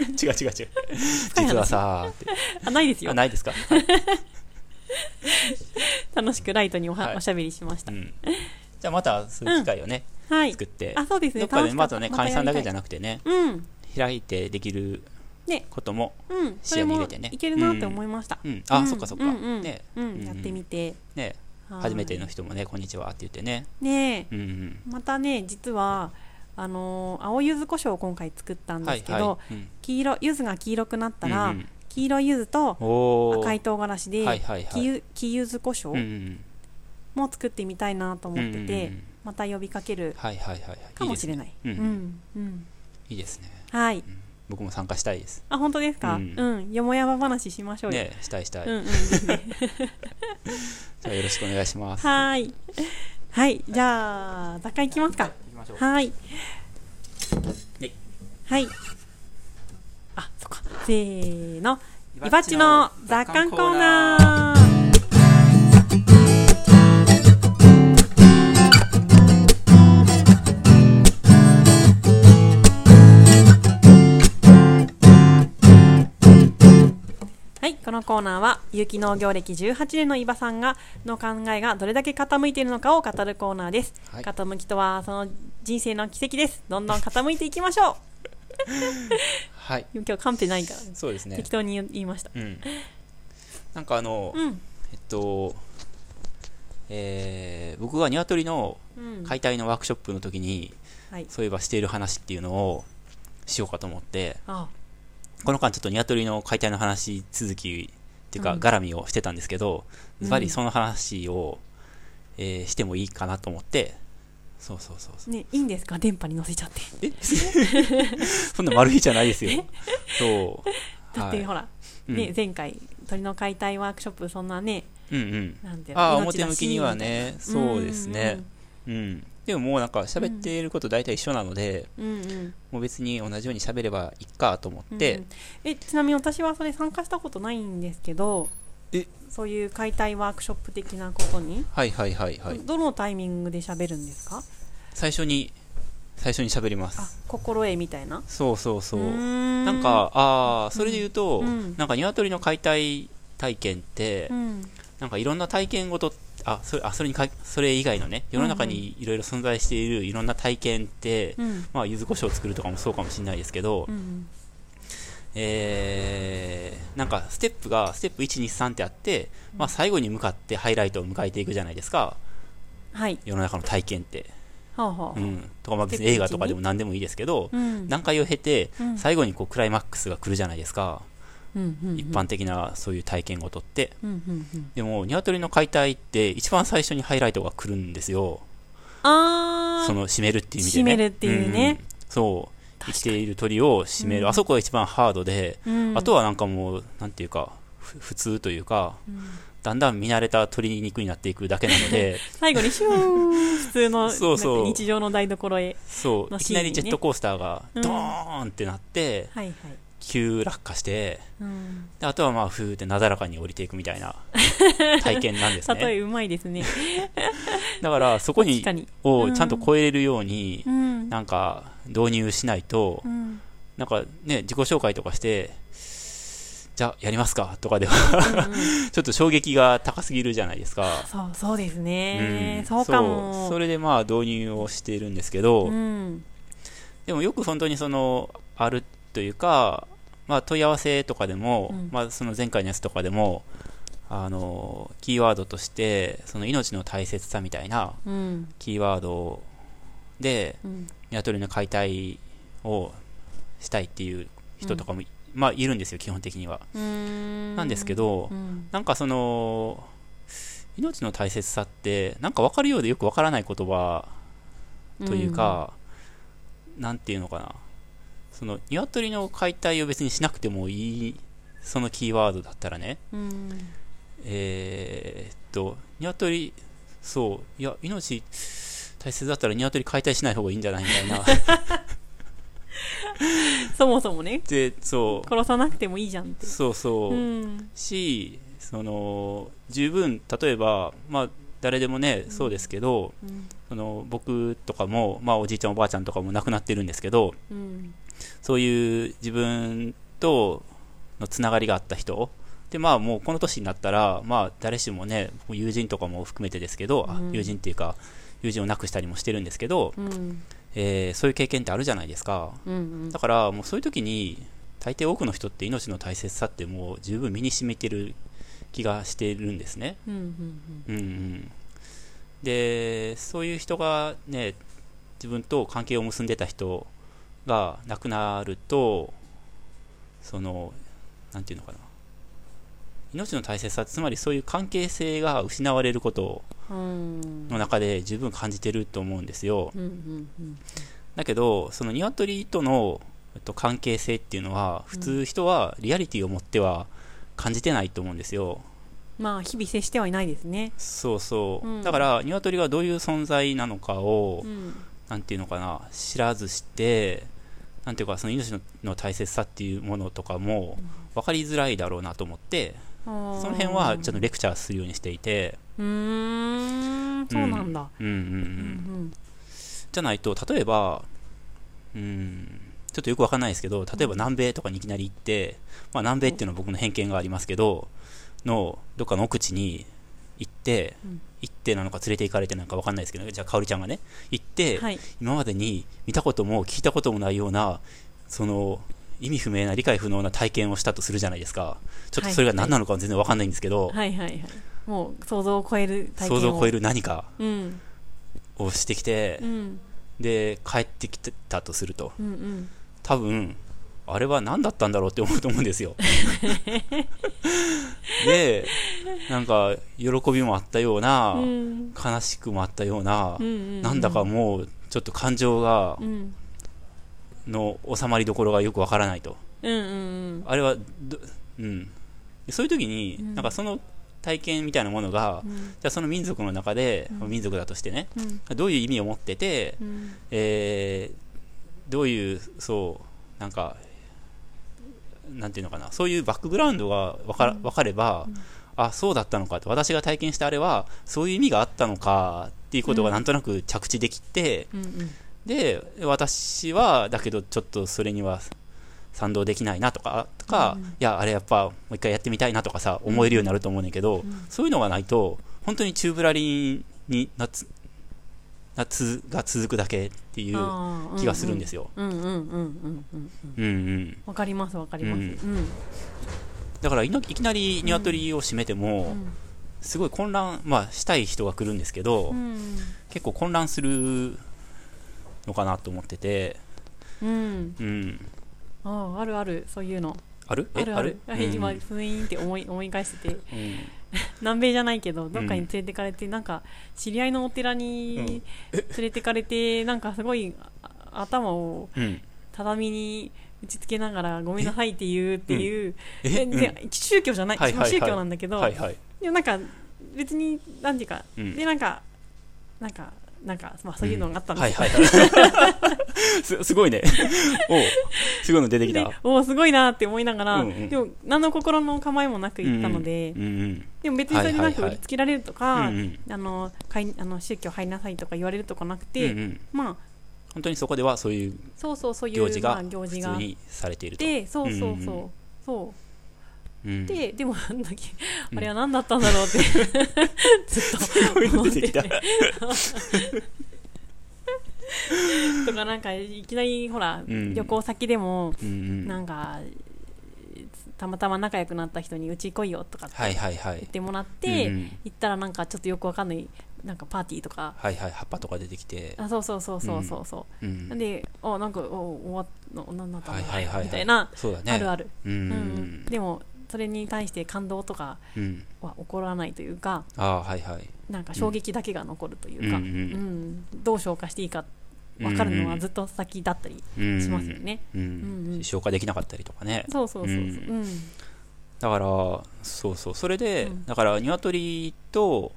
B: 違う実はさーって
A: あないです
B: あ
A: よ
B: ないですか、
A: 楽しくライトにおは
B: はい
A: おしゃべりしました
B: うん、じゃあまたそういう機会をね、
A: はい
B: 作って
A: あそうですね
B: どっかでま
A: 楽しか
B: た
A: った
B: ね会員さんだけじゃ
A: な
B: なくてね
A: うん
B: 開いてできる
A: ね
B: ことも、
A: うんそ
B: 視
A: れ
B: 野に入
A: も
B: れてね
A: いけるなって思いました
B: うん、あ、
A: うん
B: そっかそっか、
A: うんうん
B: ね
A: うんやってみて
B: ね
A: はい
B: 初めての人もねこんにちはって言ってね
A: ねえ
B: うんうん
A: またね実はあのー青柚子胡椒を今回作ったん
B: は
A: で
B: い
A: すけ
B: はい
A: ど
B: うん
A: 黄色柚子が黄色くなった
B: う
A: ら
B: んうん
A: 黄黄色い柚子と
B: おー
A: 赤い唐辛子で、
B: はいはいはい
A: 木ゆ木柚子胡椒、
B: うんうん
A: も作ってみたいなと思ってて、
B: うんうんうん
A: また呼びかける
B: はいはいはいはい
A: かもしれない。
B: いいです
A: うん、
B: ね
A: うん、
B: いいですね
A: はい。
B: 僕も参加したいです
A: あ、本当ですか。う
B: うんん、
A: よもやま話しましょうよ。
B: ねしたいしたい、
A: うん、うん、 ですね。
B: じゃあよろしくお願いします
A: はーい。はい、じゃあ、雑貨いきますか。
B: 行きましょう
A: はーい。
B: はい。
A: はい。あ、そっか。せーの。イバッチの雑感コーナー。はい、このコーナーは有機農業歴18年の伊庭さんがの考えがどれだけ傾いているのかを語るコーナーです、
B: はい
A: 傾きとはその人生の奇跡ですどんどん傾いていきましょ
B: はいう
A: 今日カンペないから、
B: そうですね
A: 適当に言いました
B: うんなんかあの、
A: うん
B: えっとえー、僕が鶏の
A: うん
B: 解体のワークショップの時に、
A: はい
B: そういえばしている話っていうのをしようかと思って
A: あ
B: この間ちょっと鶏の解体の話続きっていうか、
A: うん
B: 絡みをしてたんですけどズバ
A: うん
B: リその話を、えーしてもいいかなと思ってそうそうそうそう
A: ねいいんですか電波に乗せちゃって
B: え そんな丸いじゃないですよそう
A: だってほ
B: は
A: ら、
B: い、
A: ね、前回鳥の解体ワークショップそんなね
B: うん、うんうん
A: なんていうの
B: あ
A: 命
B: あ表
A: だし
B: 向きにはね
A: みたいな
B: そうですねうん、でももうなんか喋っていること大体一緒なので、
A: うんうんうんうん
B: もう別に同じように喋ればいいかと思
A: う
B: っ
A: ん
B: て、
A: えちなみに私はそれ参加したことないんですけど
B: え
A: そういう解体ワークショップ的なことに、
B: はいはいはいはい、
A: どのタイミングで喋るんですか
B: 最初に最初に喋りま
A: あ
B: す
A: 心得みたいな
B: そうそうそう、
A: ー
B: なんかああそれで言うと、
A: うん
B: なんか鶏の解体体験って、
A: うん
B: なんかいろんな体験ごとあそれあそれにかそれ以外のね世の中にいろいろ存在しているいろんな体験って、
A: うん
B: まあ柚子胡椒を作るとかもそうかもしれないですけど、
A: うん
B: えーなんかステップがステップ123ってあって、まあ、最後に向かってハイライトを迎えていくじゃないですか
A: はい
B: 世の中の体験って、
A: はあ、はあ
B: うん、とかまあ別に
A: ステップ
B: 映画とかでも何でもいいですけど、
A: うん
B: 段階を経て
A: うん
B: 最後にこうクライマックスが来るじゃないですか、
A: うんうんうん
B: 一般的なそういう体験ごとって
A: うんうんうん
B: でも鶏の解体って一番最初にハイライトが来るんですよ
A: あ
B: そ
A: ー
B: の締めるっていう意味でね
A: 締めるっていうね
B: んんそう生きている鳥を締める、あそこが一番ハードで、
A: うん
B: あとはなんかもうなんていうかふ普通というかだんだん見慣れた鶏肉になっていくだけな ので
A: 最後にシュー普通の
B: そうそう
A: なんか日常の台所へ
B: そう
A: の
B: い
A: シ
B: き
A: ーン
B: な
A: にね
B: りジェットコースターが
A: うん
B: ドーンってなって
A: はいはい、
B: 急落下して
A: うん、
B: であとはまあふーってなだらかに降りていくみ たいな体験なんです
A: 例
B: ね
A: えうまいですね
B: だからそこ
A: 確
B: に
A: かにう
B: を
A: ん
B: ちゃんと超えれるように
A: うん
B: なんか導入しないと
A: うん
B: なんかね自己紹介とかしてじゃあやりますかとかでは ちょっと衝撃が高すぎるじゃないですか
A: そうそうですね、
B: うん
A: そうかも
B: そうそれでまあ導入をしているんですけど、
A: うん
B: でもよく本当にそのあるというか、まあ、問い合わせとかでも、
A: うん
B: まあ、その前回のやつとかでもあのキーワードとしてその命の大切さみたいな
A: うん
B: キーワードで
A: うん
B: 鶏の解体をしたいっていう人とかもい、まあ、いるんですよ基本的には。
A: うん
B: なんですけど、
A: うん
B: なんかその命の大切さってなんか分かるようでよく分からない言葉というか、なんていうのかなその鶏の解体を別にしなくてもいいそのキーワードだったらね
A: うん
B: えー、っと鶏そういや命大切だったら鶏解体しない方がいいんじゃないみたいな
A: そもそもね
B: でそ
A: 殺さなくてもいいじゃんって
B: うそうそう、
A: うん
B: しその十分例えばまあ誰でもねそうですけど、
A: うん
B: その僕とかも、まあ、おじいちゃんおばあちゃんとかも亡くなってるんですけど、
A: うん
B: そういう自分とのつながりがあった人。で、まあもうこの年になったら、まあ誰しもね、友人とかも含めてですけど、あ
A: うん
B: 友人っていうか、友人を亡くしたりもしてるんですけど、
A: うん
B: えーそういう経験ってあるじゃないですか。
A: うん
B: だからもうそういう時に、大抵多くの人って命の大切さってもう十分身に染みてる気がしてるんですね。
A: うんうん
B: うんうん、でそういう人がね自分と関係を結んでた人が亡くなるとそのなんていうのかな命の大切さってつまりそういう関係性が失われること
A: うん
B: の中で十分感じてると思うんですよ
A: うんうんうん
B: だけどその鶏とのえっと関係性っていうのは普通人はリアリティを持っては感じてないと思うんですよ
A: まあ日々接してはいないですね
B: そうそう、
A: うん
B: だから鶏がどういう存在なのかを、
A: うん
B: なんていうのかな知らずしてなんていうかその命のの大切さっていうものとかも分かりづらいだろうなと思って、
A: その
B: その辺はちょっとレクチャーするようにしていて、
A: うーんそうなんだ、
B: うんうんう
A: うん
B: ん、じゃないと例えばうんちょっとよくわかんないですけど例えば南米とかにいきなり行って、まあ、南米っていうのは僕の偏見がありますけどのどっかの奥地に行って、
A: うん
B: 行ってなのか連れて行かれてなのかわかんないですけどじゃあ香織ちゃんがね行っ
A: う
B: て、
A: んはい
B: 今までに見たことも聞いたこともないようなその意味不明な理解不能な体験をしたとするじゃないですかちょっとそれが何なのかは全然わかんないんですけど、
A: はいはいはいもう想像を超える体験
B: 想
A: を
B: 像を超え
A: る
B: る何か
A: うん
B: をしてきて、
A: うん
B: で帰ってきたとすると
A: うんうん
B: 多分あれは何だったんだろうって思うと思うんです よでなんか喜びもあったような、
A: うん
B: 悲しくもあったような
A: う、ん
B: なんだか
A: も
B: もうちょっと感情が
A: うん
B: の収まりどころがよくわからないと
A: うんうん
B: あれはどうんでそういう時に、
A: うん
B: なんかその体験みたいなものが、
A: うん
B: じゃあその民族の中で、
A: うん
B: 民族だとしてね
A: うん
B: どういう意味を持ってて、
A: うん
B: えーどういうそうなんかなんていうのかなそういうバックグラウンドが分か,、
A: うん
B: 分かれば、
A: うん
B: あそうだったのかと私が体験したあれはそういう意味があったのかっていうことが
A: うん
B: なんとなく着地できて、
A: うんうん
B: で私はだけどちょっとそれには賛同できないなとかとか、
A: うん
B: いやあれやっぱもう一回やってみたいなとかさ思えるようになると思うねんだけど、
A: ん
B: そういうのがないと本当に宙ぶらりんに夏夏が続くだけっていう
A: あー
B: 気がするんですよ。
A: うんうんうんうんうんうん
B: うんうん、
A: わかりますわかります
B: うん
A: うん
B: だからいのいきなり鶏を閉めて
A: う
B: も
A: ん
B: すごい混乱、まあ、したい人が来るんですけど、
A: うん
B: 結構混乱するのかなと思ってて、
A: うん
B: うん、
A: あーあるあるそういうの
B: あるえ
A: あるある
B: あ
A: あ 今
B: うん
A: ふいーんって思い思い返してて
B: うん
A: 南米じゃないけどどっかに連れてかれて、なんか知り合いのお寺に連れてかれて、なんかすごいあ頭を
B: うん
A: 畳に打ちつけながらごめんなさいって言うっていう、
B: え
A: 全然
B: うん
A: 宗教じゃない、
B: はいはいはい
A: 宗教なんだけど、
B: はいはい、
A: でもなんか別になんていうか、
B: うん
A: でなんかなんかなんか、まあ、そういうのがあったん
B: は
A: で
B: い
A: すよ、
B: はいはい。す すごいね。おうすごいの出てきた。
A: でおおすごいなって思いながら、
B: うんうん
A: でも何の心の構えもなく行ったので、
B: うんうん。
A: でも別にそれでなんか
B: はいはいは
A: 売
B: い
A: りつけられるとか、
B: うんうん
A: あのかいあの宗教入りなさいとか言われるとかなくて、
B: うんうん
A: まあ
B: 本当にそこではそういう
A: そうそうそういう
B: 行事
A: ま
B: が
A: あ、行
B: 普
A: 事
B: 通
A: があっ
B: にされていると。
A: てそうそうそう、
B: うんうん
A: そ
B: うん
A: う ででもなんだっけ、
B: うん
A: あれは何だったんだろうってずっと思ってて
B: 出てき
A: とかなんかいきなりほら、
B: うん
A: 旅行先でも
B: うんうん
A: なんかたまたま仲良くなった人にうち来いよとかって
B: はいはいは
A: 言っ
B: い。
A: てもらって、
B: うんうん
A: 行ったらなんかちょっとよくわかんないなんかパーティーとか
B: はいはい、葉っぱとか出てきて。
A: あそうそうそうそうそうそうう、
B: ん
A: であなんかお終わったなんだったんだ、
B: はいはいはいはい
A: みたいな、
B: そうだね。
A: あるある、
B: う
A: うんん
B: う
A: うん
B: ん。
A: でもそれに対して感動とか
B: うん。
A: は起こらないというか
B: ああ、はいはい。
A: なんか衝撃だけが残るというか、
B: うんうん
A: うんどう消化していいか分かるのはずっと先だったり
B: うん
A: しますよ。ね、
B: うん
A: うんうん
B: 消化できなかったりとかね。
A: そうそうそうそう
B: う
A: うん
B: だから、そうそう、それで、
A: うん
B: だから、鶏と、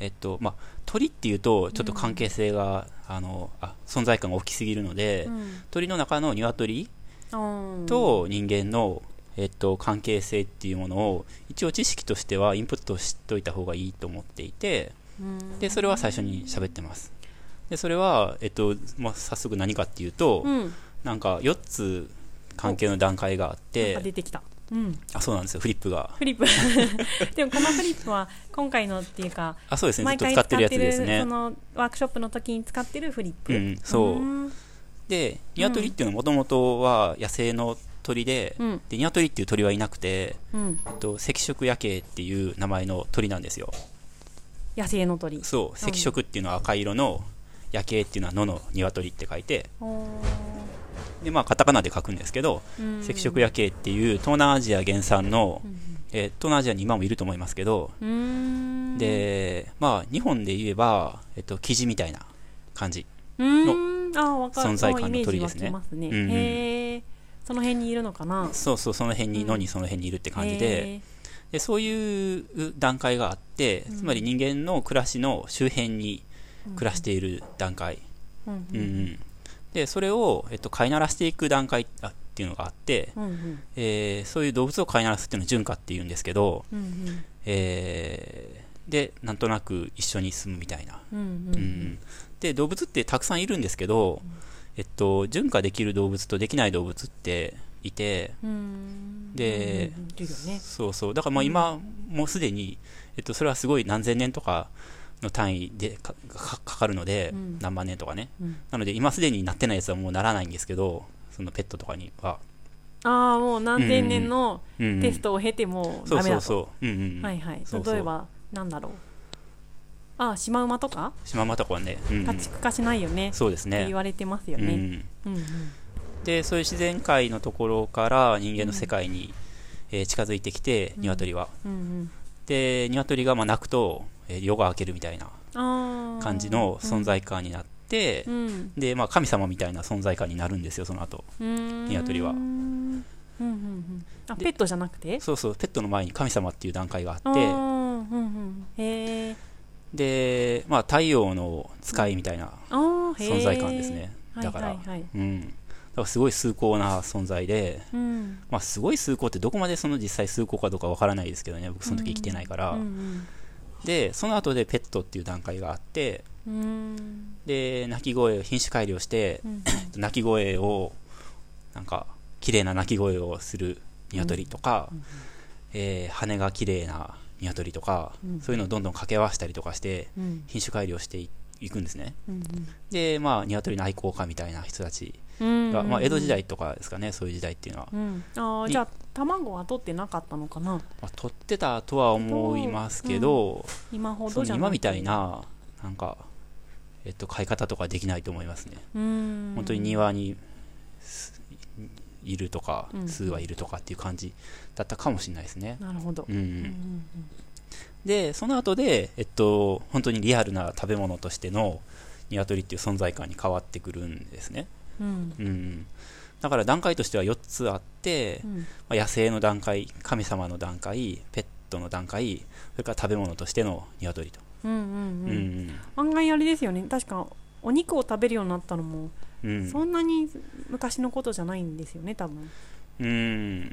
B: えっと、まあ、鳥っていうと、ちょっと関係性が、あの、あ、存在感が大きすぎるので、鳥の中の鶏
A: うん
B: と人間の、えっと、関係性っていうものを、一応知識としてはインプットしといた方がいいと思っていて、
A: うん
B: で、それは最初に喋ってます。で、それは、えっと、まあ、早速何かっていうと、
A: うん
B: なんか、4つ関係の段階があっ
A: なんか
B: て、
A: 出てきた、うん、
B: あ、そうなんですよ、フリップが。
A: フリップ でもこのフリップは今回のっていうか
B: あ、そうですね、ず
A: 毎
B: っと
A: 回
B: 使
A: 使
B: っ
A: って
B: て
A: る
B: るやつですね
A: そ。のワークショップの時に使ってるフリップ、
B: うんそう
A: うん
B: で鶏っていうのはもともとは野生の鳥で,、
A: うん
B: で鶏っていう鳥はいなくて、
A: うん
B: えっと、赤色夜景っていう名前の鳥なんですよ
A: 野生の鳥
B: そう赤色っていうのは赤色の夜景っていうのは野の鶏って書いて
A: おー
B: でまあカタカナで書くんですけど
A: うん
B: 赤色夜景っていう東南アジア原産の
A: うん
B: えー東南アジアに今もいると思いますけど、
A: うーん、
B: で、まあ、日本で言えば、えっと、生地みたいな感じ。
A: うーん、あーわかる
B: 存在感の鳥ですね
A: イメージ湧きますね。
B: うんうん
A: へえ、その辺にいるのかな。
B: そうそう、その辺に、
A: うん
B: のにその辺にいるって感じで、
A: へ
B: でそういう段階があって、
A: うん
B: つまり人間の暮らしの周辺に
A: ー、
B: 暮らしている段階。
A: うん
B: うんうんで、それを、えっと、飼いならしていく段階あっていうのがあって、
A: うんうん
B: えーそういう動物を飼いならすっていうのを純化っていうんですけど、
A: うんうん
B: えーで、なんとなく一緒に住むみたいな。
A: うんうん
B: う
A: うんん
B: で動物ってたくさんいるんですけど、えっと、純化できる動物とできない動物っていて、
A: うーん
B: で
A: うんうんいるよね
B: そうそうだからもう今もうすでに、えっと、それはすごい何千年とかの単位でかかかかるので、
A: うん
B: 何万年とかね
A: うん
B: なので今すでになってないやつはもうならないんですけどそのペットとかには、
A: ああもう何千年の
B: うんうん
A: テストを経てもう
B: そ
A: ダ
B: う
A: メ
B: そ
A: だ
B: う
A: と
B: そう、うんうん
A: はいはい
B: そうそう
A: 例えばなんだろうああシマウマとか
B: シマウマとかはね、うんうん
A: 家畜化しないよね
B: そうです
A: って
B: ね
A: 言われてますよ
B: う
A: ね
B: ん
A: うんうん
B: でそういう自然界のところから人間の世界に、えー近づいてきて
A: うん
B: 鶏は、
A: うん
B: で鶏がまあ鳴くと、えー夜が明けるみたいな
A: うんああ
B: 感じの存在感になって
A: う、ん
B: で、まあ、神様みたいな存在感になるんですよその後鶏
A: 鶏
B: は
A: うんうんうんあペットじゃなくて
B: そうそうペットの前に神様っていう段階があ
A: あ
B: って、
A: ーうんうんへえ
B: で、まあ、太陽の使いみたいな
A: あーへえ
B: 存在感ですね、だから、
A: はいはいはい
B: うんだからすごい崇高な存在で、
A: うん
B: まあ、すごい崇高ってどこまでその実際崇高かどうかわからないですけどね僕その時生きてないから、
A: うん
B: でその後でペットっていう段階があって
A: うんうん
B: で鳴き声を品種改良して
A: うん
B: 鳴き声をなんか綺麗な鳴き声をする鶏とか、
A: うんうん
B: えー羽が綺麗な鶏とか、
A: うん
B: そういうのをどんどん掛け合わせたりとかして
A: うん
B: 品種改良していいくんですね
A: うん
B: でまあ鶏の愛好家みたいな人たち
A: うん
B: が、
A: うん
B: まあ、江戸時代とかですかねそういう時代っていうのは、
A: うんああ
B: に
A: じゃあ卵は取ってなかったのかな
B: まあ、取ってたとは思いますけど、
A: 今ほ
B: そ
A: どじ
B: の
A: ゃ
B: 今みたいななんかえっと飼い方とかできないと思いますね
A: うん
B: 本当に庭にすいるとか
A: うん
B: 数羽いるとかっていう感じだったかもしれないですね、
A: なるほど
B: うん
A: うんうん
B: でその後でえっと本当にリアルな食べ物としての鶏っていう存在感に変わってくるんですね、
A: うん
B: うん、だから段階としては4つあって、
A: うん
B: まあ野生の段階神様の段階ペットの段階それから食べ物としての鶏と、
A: うん
B: う
A: うんうん
B: ん
A: 案外あれですよね確かお肉を食べるようになったのも
B: うんうん、
A: そんなに昔のことじゃないんですよね多分
B: うん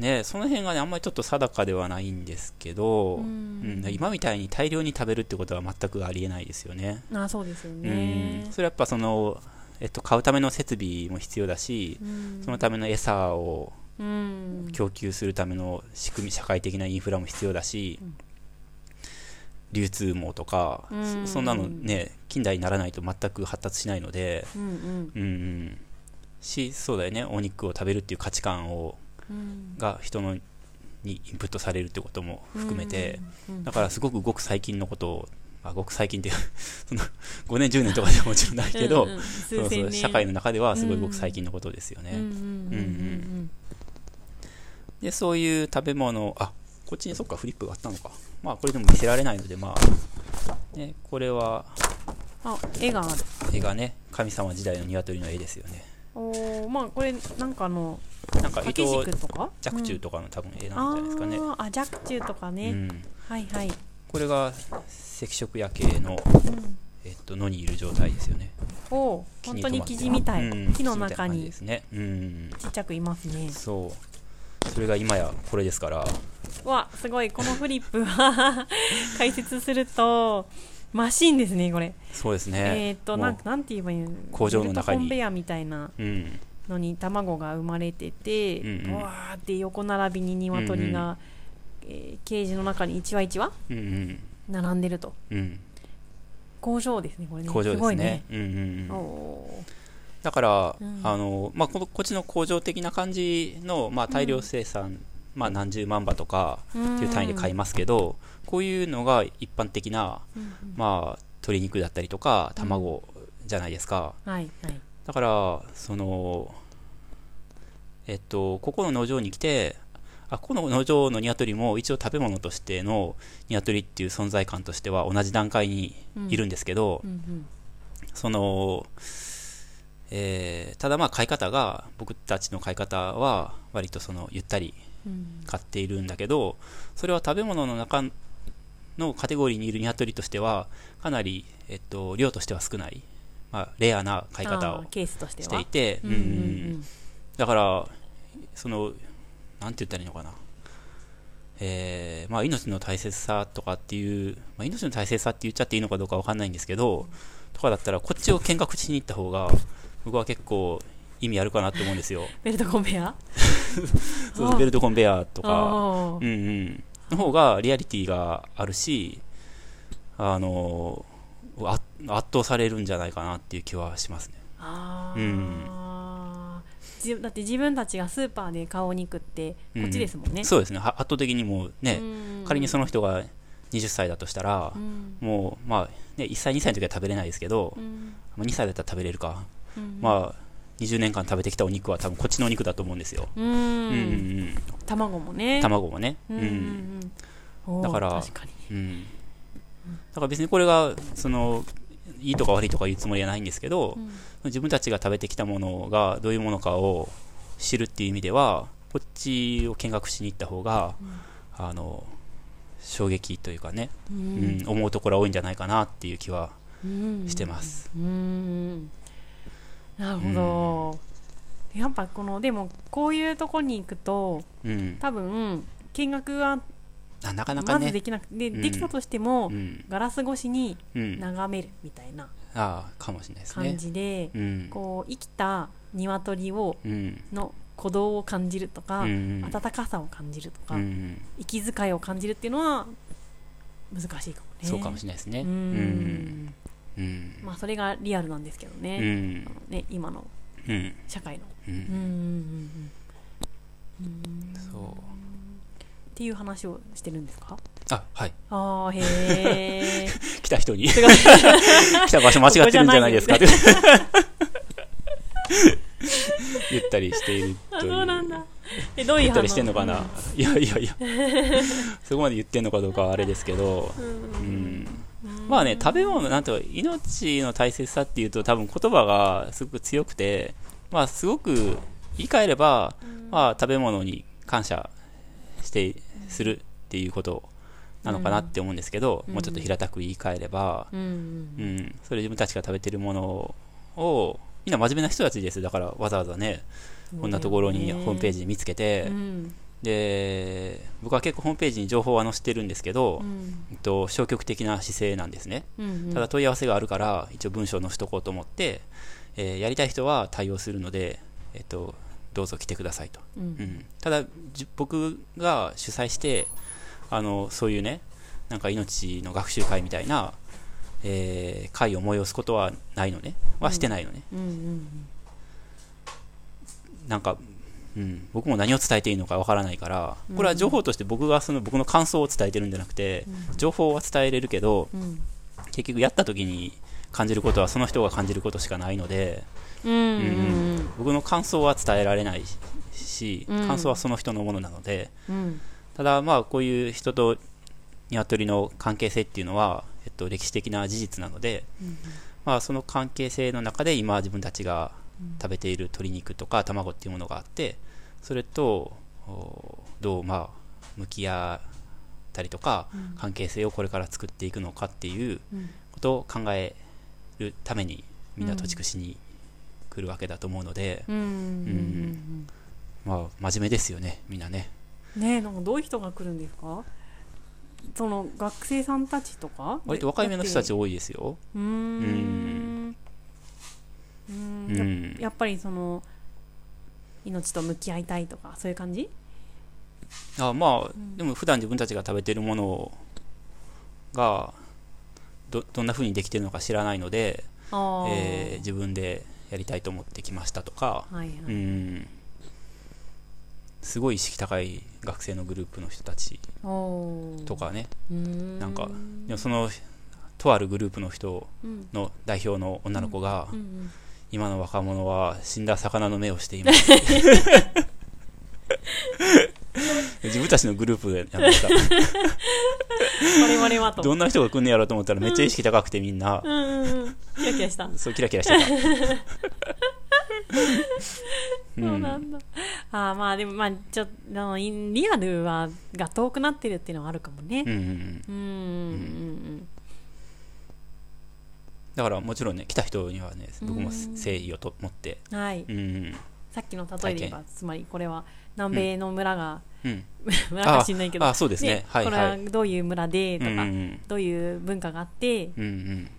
B: ねその辺がねあんまりちょっと定かではないんですけど、うん今みたいに大量に食べるってことは全くありえないですよね
A: あそうですよね
B: うんそれはやっぱその、えっと、買うための設備も必要だしそのための餌を
A: めうん
B: 供給するための仕組み社会的なインフラも必要だし、
A: うん
B: 流通網とか、
A: うん
B: そそんなのね近代にならないと全く発達しないので、
A: うんうん
B: うんうん、しそうだよねお肉を食べるっていう価値観を
A: うん
B: が人のにインプットされるってことも含めて、
A: うんうん
B: だからすごくごく最近のことを、まあ、ごく最近っていう その5年10年とかではもちろんないけど、
A: うんうん
B: そうそう
A: 数千年
B: 社会の中ではすごいごく最近のことですよね、
A: うんうんうんうん
B: でそういう食べ物あこっちにそっかフリップがあったのかまあこれでも見せられないのでまあ、ね、これは
A: あ絵がある
B: 絵がね神様時代の鶏の絵ですよね
A: おーまあこれなんかあの
B: なんか伊
A: 掛け
B: 藤
A: 軸とか
B: 若冲
A: と
B: とかの多分絵
A: あ
B: なんじゃないですかね、
A: ーあ若冲とかね、
B: うん、
A: はいはい、
B: これが赤色夜系の、
A: うん、
B: えっと、野にいる状態ですよね
A: おー
B: 木
A: 本
B: に
A: 当
B: 止
A: に
B: まって
A: 生地みたい、
B: うん
A: 木の
B: みた
A: 中
B: いな感じ
A: に
B: で
A: ち
B: すねうん
A: っちゃくいますね
B: そうそれが今やこれですから
A: うわすごいこのフリップは 解説するとマシンですねこれ
B: そうですね
A: えーっと
B: もう
A: なんなんて言えばいいの
B: 工場の中に
A: ベルトコンベヤーみたいな
B: うん
A: のに卵が生まれてて、
B: う
A: うん
B: うん
A: わーって横並びに鶏が、えーケージの中に一羽一羽
B: うんうん
A: 並んでると
B: うん
A: 工場ですねこれね
B: 工場
A: す
B: で
A: ご
B: す
A: いね
B: ねうんうんうん
A: おー
B: だから、
A: うん
B: あのまあ、このこっちの工場的な感じの、まあ、大量生産、まあ、何十万羽とかっていう単位で買いますけど、こういうのが一般的な、
A: うんうん
B: まあ、鶏肉だったりとか卵じゃないですか、
A: はいはい
B: だからそのえっとここの農場に来てあこの農場の鶏も一応食べ物としての鶏っていう存在感としては同じ段階にいるんですけど、
A: うんうん
B: その、えーただまあ買い方が僕たちの買い方は割とそのゆったり
A: うん
B: 買っているんだけどそれは食べ物の中のカテゴリーにいるニワトリとしてはかなり、えっと、量としては少ない、まあ、レアな買い方
A: あ
B: を
A: ーケースとして
B: し
A: は
B: ていて
A: う
B: うんん
A: う
B: うんんだからそのなんて言ったらいいのかなえーまあ、命の大切さとかっていう、まあ、命の大切さって言っちゃっていいのかどうかわかんないんですけどとかだったらこっちを見学しに行った方が僕は結構意味あるかなと思うんですよ
A: うんベルトコンベア
B: そうベルトコンベアとか
A: あ
B: う
A: ー
B: んうん、の方がリアリティがあるし、あのあ圧倒されるんじゃないかなっていう気はしますね。
A: あ
B: う
A: ーじだって自分たちがスーパーで買うお肉ってこっちですもんね、
B: そうですね、は圧倒的にもうね、
A: うん
B: 仮にその人が20歳だとしたら
A: う、ん
B: もう、まあね、1歳、2歳の時は食べれないですけど
A: う、ん
B: まあ2歳だったら食べれるか、
A: うん
B: まあ、20年間食べてきたお肉は多分こっちのお肉だと思うんですよ。
A: うん
B: うんうん
A: 卵も
B: う
A: ね
B: ん、卵もね。
A: う
B: うん
A: うんんうんおー
B: だから
A: 確かに
B: うん、だから別にこれがそのいいとか悪いとか言うつもりはないんですけど、
A: ん
B: 自分たちが食べてきたものがどういうものかを知るっていう意味ではこっちを見学しに行った方が、あの衝撃というかね、
A: う
B: うんん、思うところは多いんじゃないかなっていう気は
A: うん
B: してます。
A: うーんなるほど、やっぱこのでもこういうとこに行くと
B: うん、
A: 多分見学は
B: あなかなか
A: まず
B: ね
A: で、きなくで,、
B: うん
A: できたとしても、
B: うん
A: ガラス越しに
B: うん、あ
A: 眺めるみたいな
B: あかもしれないです
A: 感
B: ね。
A: じで、
B: うん
A: こう生きた鶏を
B: うん
A: の鼓動を感じるとか、
B: うん
A: 温かさを感じるとか、
B: うん、
A: 息遣いを感じるっていうのは難しいかもね
B: そうかもしれないですね。
A: うーん
B: うん
A: まあそれがリアルなんですけど
B: う
A: ね,、
B: ん
A: ね今の
B: うん
A: 社会の
B: う
A: うん
B: ん
A: うんうんうんうん
B: そう
A: っていう話をしてるんですか
B: あはい
A: ああ へえ
B: 来 た人に来た場所間違ってるんじゃないですかって 言ったりしている
A: あ
B: とい
A: そうなんだ
B: う
A: えどういう
B: 言
A: 反応
B: ったりしてんのかな、いやいやいや そこまで言ってんのかどうかはあれですけど、
A: うん
B: うん、まあね食べ物なんていうか命の大切さっていうと多分言葉がすごく強くてまあすごく言い換えれば、まあ、食べ物に感謝してするっていうことなのかなって思うんですけど、
A: うん
B: もうちょっと平たく言い換えれば、
A: うん
B: う
A: うん
B: ん、それ自分たちが食べてるものをみんな真面目な人たちですだからわざわざねこんなところにホームページ見つけて、
A: うん
B: で僕は結構ホームページに情報は載せてるんですけど、
A: うん
B: えっと、消極的な姿勢なんですね
A: うん
B: ただ問い合わせがあるから一応文章を載せとこうと思って、えーやりたい人は対応するので、えっと、どうぞ来てくださいと、
A: う
B: うんん、ただじ僕が主催してあのそういうねなんか命の学習会みたいな、えー会を催すことはないのねはしてないのね、
A: うんうん
B: なんか、うん、僕も何を伝えていいのかわからないからこれは情報として僕がその僕の感想を伝えてるんじゃなくて情報は伝えれるけど
A: うん
B: 結局やった時に感じることはその人が感じることしかないので
A: うん
B: 僕の感想は伝えられないし
A: うん
B: 感想はその人のものなので、
A: うん
B: ただまあこういう人と鶏の関係性っていうのは、えっと、歴史的な事実なので、まあ、その関係性の中で今自分たちが食べている鶏肉とか卵っていうものがあってそれとおどうまあ向き合ったりとか関係性をこれから作っていくのかっていう
A: うん
B: ことを考えるためにみんな土地しに来るわけだと思うので、
A: うんうん
B: まあ真面目ですよねみんなね。
A: ねえなんかどういう人が来るんですかその学生さんたちとか
B: 割と若い目の人たち多いですよ。
A: うーんうー
B: うん
A: や
B: ん、
A: やっぱりその命と向き合いたいとかそういう感じ
B: あまあでも普段自分たちが食べてるものがどどんな風にできてるのか知らないので、
A: ああ、
B: えー自分でやりたいと思ってきましたとか、
A: はいは
B: う
A: い、
B: ん、すごい意識高い学生のグループの人たち
A: おー
B: とかね
A: うーん
B: なんかでもそのとあるグループの人
A: うん
B: の代表の女の子が、
A: うんうん
B: 今の若 者は死んだ魚の目をしています自自分たちのグループやんか
A: 我々 はと
B: どんな人が来んねやろうと思ったらめっちゃ意識高くてみんな、
A: うんうんうんキラキラした
B: そうキラキラして た
A: そうなんだ。ああ、まあでも、まあ、ちょっと、あの、いリアルは、が遠くなってるっていうのはあるかもね
B: うんう。んうん
A: うん、うん、うん。
B: だからもちろんね来た人にはね僕も
A: うん
B: 誠意をと持って
A: はい。
B: うんうん
A: さっきの例えで言えば、つまりこれは、南米の村が、
B: うん
A: 村かしんないけど、
B: あそうですねはい
A: これ
B: は
A: はいどういう村で、
B: う
A: と
B: んうんう
A: か、
B: ん
A: どういう文化があって、
B: うんうん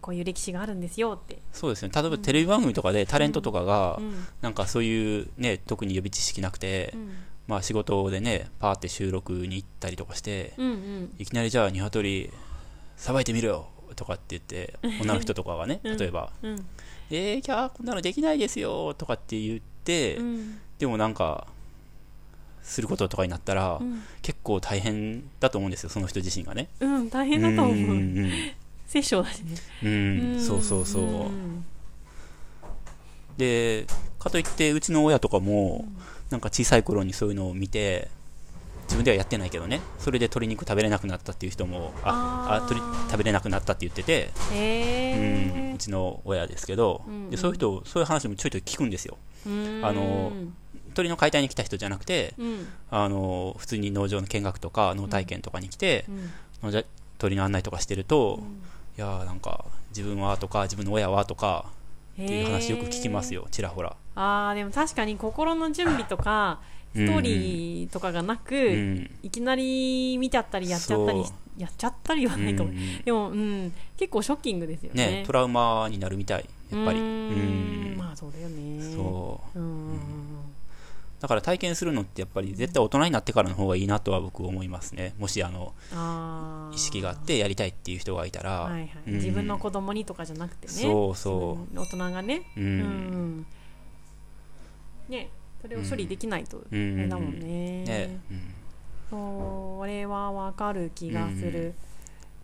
A: こういう歴史があるんですよって。
B: そうですね例えばテレビ番組とかでタレントとかが
A: うん。
B: なんかそういうね特に予備知識なくて
A: うん。
B: まあ仕事でねパーって収録に行ったりとかして
A: うんうん。
B: いきなりじゃあニワトリさばいてみろよとかって言って女の人とかがね
A: うん
B: 例えば
A: うん。
B: 「えー、キャーこんなのできないですよ」とかって言って
A: うん。
B: でもなんかすることとかになったら
A: うん
B: 結構大変だと思うんですよその人自身がね。
A: うん。大変だと
B: うんう
A: 思う。
B: ん
A: 殺生だしね。
B: うんうんそうそうそう。
A: ん
B: でかといってうちの親とかもなんか小さい頃にそういうのを見て自分ではやってないけどねそれで鶏肉食べれなくなったっていう人もああ
A: あー
B: 鶏食べれなくなったって言ってて、うん
A: へ
B: うちの親ですけど、
A: うんうん
B: でそういう人そういう話もちょいちょい聞くんですよ
A: え。
B: あの鶏の解体に来た人じゃなくて
A: うん。
B: あの普通に農場の見学とか農体験とかに来て、
A: うん。
B: 農場鳥の案内とかしてると、いやーなんか自分はとか自分の親はとか
A: っ
B: っていう話よく聞きますよちらほら
A: あーでも確かに心の準備とか
B: うん
A: ストーリーとかがなく、
B: うん
A: いきなり見ちゃったりやっちゃったり
B: そう
A: やっちゃったりはないかも、
B: うんうん
A: でも、うん、結構ショッキングですよね
B: ねトラウマになるみたいやっぱり
A: う
B: う
A: ーん
B: ん
A: まあそうだよね
B: そう
A: うーん
B: だから体験するのってやっぱり絶対大人になってからの方がいいなとは僕思いますねもしあの
A: あー
B: 意識があってやりたいっていう人がいたら、
A: はいはい
B: うん
A: 自分の子供にとかじゃなくてね
B: そうそう
A: 大人がね
B: う
A: うん、
B: ん、
A: ねそれを処理できないとあ
B: うん
A: れだもんね,、
B: ねうん、
A: そう俺はわかる気がする、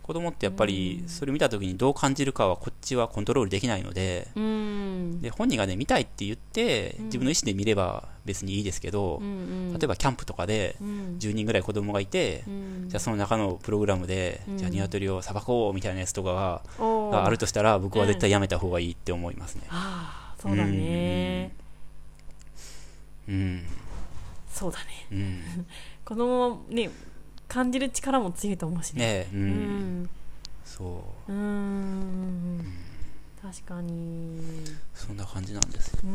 B: 子供ってやっぱりそれ見た時にどう感じるかはこっちはコントロールできないので
A: うん、うん
B: で本人がね見たいって言って
A: うん
B: 自分の意思で見れば別にいいですけど、
A: うん、
B: 例えばキャンプとかで
A: うん、
B: 10人ぐらい子供がいて、
A: うん
B: じゃあその中のプログラムで、
A: うん
B: じゃあニワトリをさばこうみたいなやつとかが
A: おー
B: があるとしたら僕は絶対やめた方がいいって思いますね。
A: ああそうだね
B: うん。
A: そうだね
B: うん。
A: 子供はね感じる力も強いと思うしね
B: ねえ、う。
A: うんん
B: そう。
A: うーん確かに
B: そんな感じなんですよ。
A: うー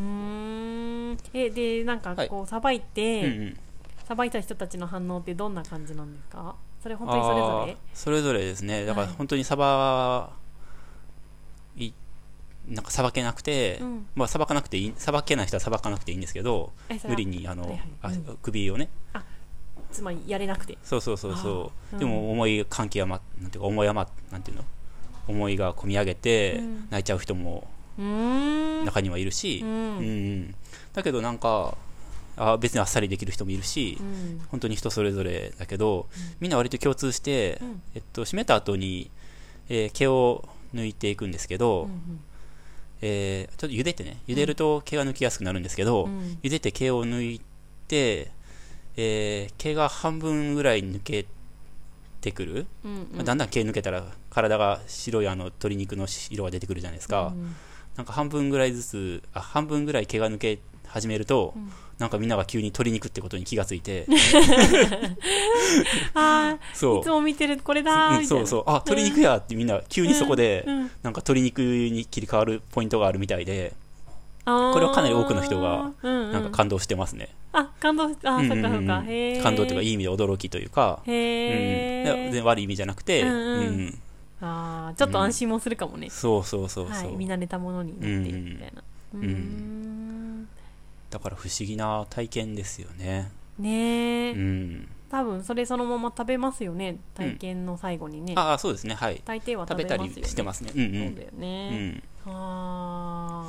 A: んえでなんかこうさばい
B: うんう
A: て
B: ん。
A: さばいた人たちの反応ってどんな感じなんですかそれ本当にそれ
B: あ
A: ぞ
B: ー
A: れ
B: それぞれですね。だから
A: はい
B: 本当にさば、い、なんかさばけなくて、
A: うん
B: まあさばかなくていい、さばけない人はさばかなくていいんですけど、
A: えそれ
B: 無
A: は
B: 理にあの、
A: はいはい
B: あ
A: うん
B: 首をね、
A: つまりやれなくて
B: そうそうそうそ
A: あーう
B: う。
A: ん
B: でも思い関係余なんていうか思い余なんていうの思いが込み上げて
A: うん
B: 泣いちゃう人も
A: うーん
B: 中にはいるし、
A: うん
B: うんうん、だけどなんかあ別にあっさりできる人もいるし、
A: うん
B: 本当に人それぞれだけど、みんな割と共通して、
A: うん
B: えっと、締めた後に、えー毛を抜いていくんですけど、
A: うん
B: えーちょっと茹でてね茹でると毛が抜きやすくなるんですけど、
A: うん
B: 茹でて毛を抜いて、えー毛が半分ぐらい抜けてくる、
A: うん
B: まあだんだん毛抜けたら体が白いあの鶏肉の色が出てくるじゃないですか、
A: うん
B: なんか半分ぐらいずつあ半分ぐらい毛が抜け始めると、
A: うん
B: なんかみんなが急に鶏肉ってことに気がつい て
A: ああ
B: そう
A: いつも見てるこれだーみ
B: うん
A: たい
B: そ
A: な
B: うそうあ鶏肉やってみんな急にそこで、
A: うんうん
B: なんか鶏肉に切り替わるポイントがあるみたいで、
A: こ
B: れはかなり多くの人が
A: な
B: なんか感動してますね、
A: あ感動したあ、
B: うんう
A: そ
B: ん
A: っかそっか
B: うん
A: へえ
B: 感動というかいい意味で驚きというか、
A: へ
B: うん、いや全
A: え、
B: 然悪い意味じゃなくて、
A: うんうん
B: うん
A: あーちょっと安心もするかもね、
B: そうそうそうそう、
A: はい、見慣れたものになっているみたいなう
B: うん
A: ーん
B: だから不思議な体験ですよね
A: ねえ、
B: うん
A: 多分それそのまま食べますよね体験の最後にね、
B: ああそうですねはい
A: 大抵は
B: 食
A: 食べ
B: べた
A: ますよ
B: り
A: ね
B: してますすねうんう
A: そうんだよ
B: う
A: ね、
B: ん
A: あ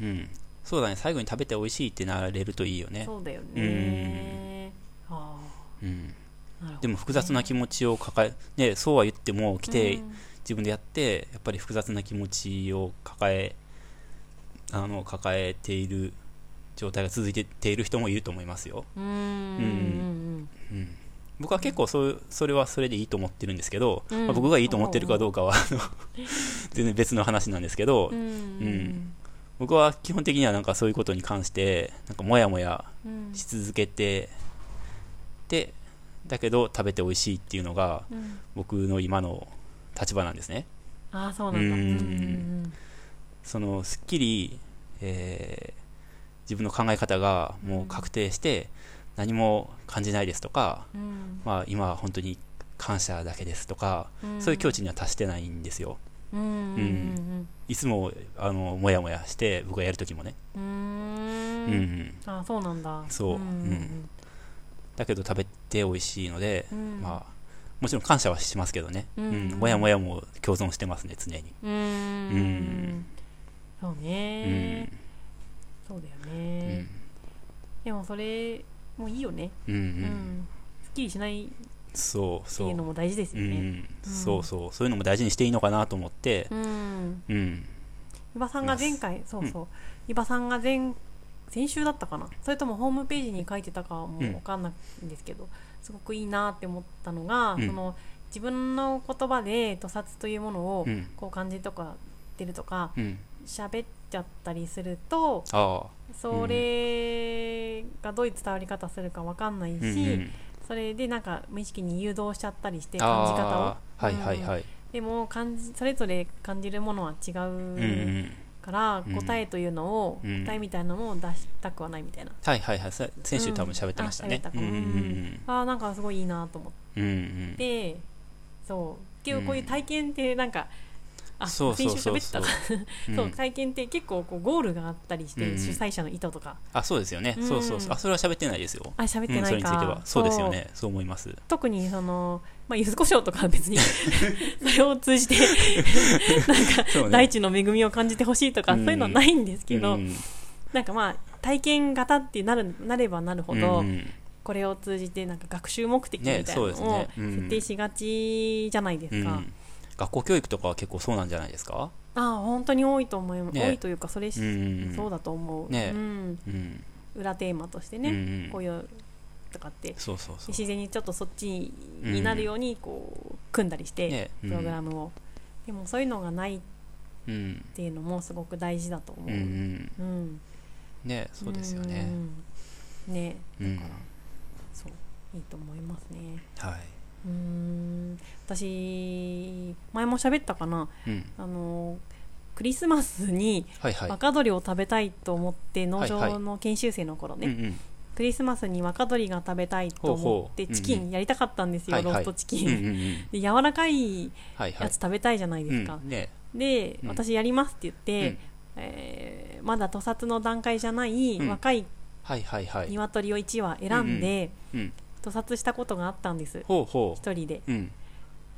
B: うん、そうだね最後に食べて美味しいってなれるといいよ
A: あ
B: ね、
A: そうだよねあ
B: うん、
A: あなるほど
B: でも複雑な気持ちを抱え、ね、そうは言っても来て
A: うん
B: 自分でやってやっぱり複雑な気持ちを抱えあの抱えている状態が続いている人もいると思いますよ。
A: うんうん
B: うん、僕は結構そうそれはそれでいいと思ってるんですけど、
A: うん
B: まあ僕がいいと思ってるかどうかは、あ の全然別の話なんですけど、
A: うんうん
B: 僕は基本的にはなんかそういうことに関してなんかモヤモヤ
A: うん
B: し続けてでだけど食べて美味しいっていうのが
A: うん
B: 僕の今の立場なんですね
A: ああそうなんだ
B: う
A: うんんうん
B: そのすっきり、えー自分の考え方がもう確定して何も感じないですとか、
A: うん
B: まあ、今は本当に感謝だけですとか
A: うん
B: そういう境地には達してないんですよ
A: うんうん
B: いつもあのモヤモヤして僕がやるときもね、
A: うんう
B: うんん
A: うんああそうなんだ
B: そう
A: うん
B: だけど食べて美味しいので、
A: うん
B: まあもちろん感謝はしますけどね、
A: う
B: うんんもやもやも共存してますね常に、
A: うんうんそうねそうだよ
B: うん
A: ねでもそれもいいよね
B: うんうん
A: うんすっきりしないっ
B: そう
A: て
B: そう
A: いうのも大事です
B: う
A: よね
B: ん、そうそうそういうのも大事にしていいのかなと思って
A: うん
B: うん、
A: 伊庭さんが前回そうそう伊庭さんが前先週だったかなそれともホームページに書いてたかも
B: うん
A: 分かんないんですけど、すごくいいなって思ったのが、
B: うん
A: その自分の言葉で屠殺というものを
B: うん
A: こう感じとか出るとか
B: うん、
A: 喋っちゃったりすると
B: ああ
A: それがどういう伝わり方するか分かんないし、
B: うんうん
A: それでなんか無意識に誘導しちゃったりして感じ方を
B: ああはいはいはい、
A: でも感じそれぞれ感じるものは違う
B: うんうん、
A: から
B: うん
A: 答えというのを、
B: うん
A: 答えみたいなのを出したくはないみたいな、
B: はいはいはいさ先週多分喋ってましたね
A: あ喋った
B: う
A: か
B: ん
A: な
B: うん
A: あーなんかすごいいいなと思っ
B: うんうん
A: て、そう結構こういう体験ってなんか、あ
B: そうそうそうそ
A: 先週喋
B: う
A: ったな
B: う ん
A: そううん体験って結構こうゴールがあったりして、
B: うんうん
A: 主催者の意図とか
B: あそうですよね、そうそうそうあそれは喋ってないですよ
A: あ喋って
B: うん、
A: な
B: それ
A: い
B: に
A: か、
B: ついてはそうです
A: そ
B: よ
A: う
B: ねそう思います
A: 特にその、まあ、柚子胡椒とかは別 にそれを通じて
B: そう ね
A: 大地の恵みを感じてほしいとか、
B: うん
A: そういうのはないんですけど、
B: うん
A: なんかまあ体験型ってなるなればなるほど、
B: うんうん
A: これを通じてなんか学習目的みたい
B: ね
A: なの
B: そう
A: を
B: ですねうん
A: 設定しがちじゃないですか、
B: うん学校教育とかは結構そうなんじゃないですか、
A: ああ本当に多いと思います、
B: ね
A: 多いというかそれし、
B: ん
A: そうだと思う、
B: ね
A: うん、
B: うん
A: 裏テーマとして
B: うん
A: ね、
B: うん
A: こういうとかって
B: そうそうそう
A: 自然にちょっとそっちになるようにこう組んだりして、
B: ねうん
A: プログラムを、でもそういうのがないっ
B: うん
A: ていうのもすごく大事だと思
B: う
A: う、
B: ん
A: う
B: う
A: ん
B: んねそうですよね
A: うんね
B: うん
A: そういいと思いますね
B: は
A: うーん私前も喋ったかない
B: うん
A: あのクリスマスに
B: はいはい
A: 若鶏を食べたいと思って農
B: はい
A: 場
B: はい
A: の研修生の頃ね、
B: うんうん
A: クリスマスに若鶏が食べたいと思って
B: ほうほう
A: チキンやりたかったんですよ、
B: はいはい
A: ローストチキン、
B: うんうんうん
A: で柔らかい
B: はいは
A: や
B: い
A: つ食べたいじゃないですか、
B: うんね
A: で、
B: うん
A: 私やりますって言って、
B: うん
A: えーまだ屠殺の段階じゃない
B: うん
A: 若い
B: はいはいはい
A: 鶏を1羽選んで、
B: うん
A: 屠殺したことがあったんです
B: ほうほ
A: 一人で
B: ううん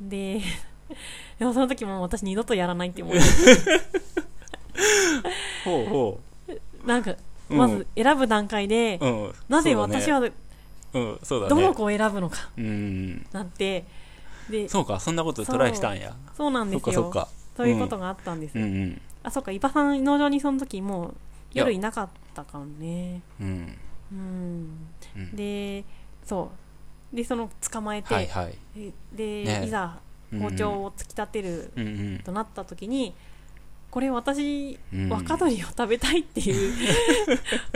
A: で でもその時もう私二度とやらないって思う
B: ほうほ
A: なんか
B: うん
A: まず選ぶ段階で、
B: ううん
A: なぜ
B: そうだね
A: 私はど
B: うんそうだね
A: の子を選ぶのか
B: うんうん
A: なんて、で
B: そうかそんなことトライしたんや
A: そうなん
B: そ
A: で
B: っ
A: す
B: かそっ
A: よ
B: か
A: ということがあったんです、
B: うんうん
A: あそうか伊庭さん農場にその時もう
B: いや
A: 夜いなかったからね
B: うん
A: うん
B: うん
A: でそうでその捕まえて、
B: はいはい
A: で、
B: ね
A: いざ
B: うんうん
A: 包丁を突き立てる
B: うんうん
A: となった時に、これ私
B: うん
A: 若鶏を食べたいって いう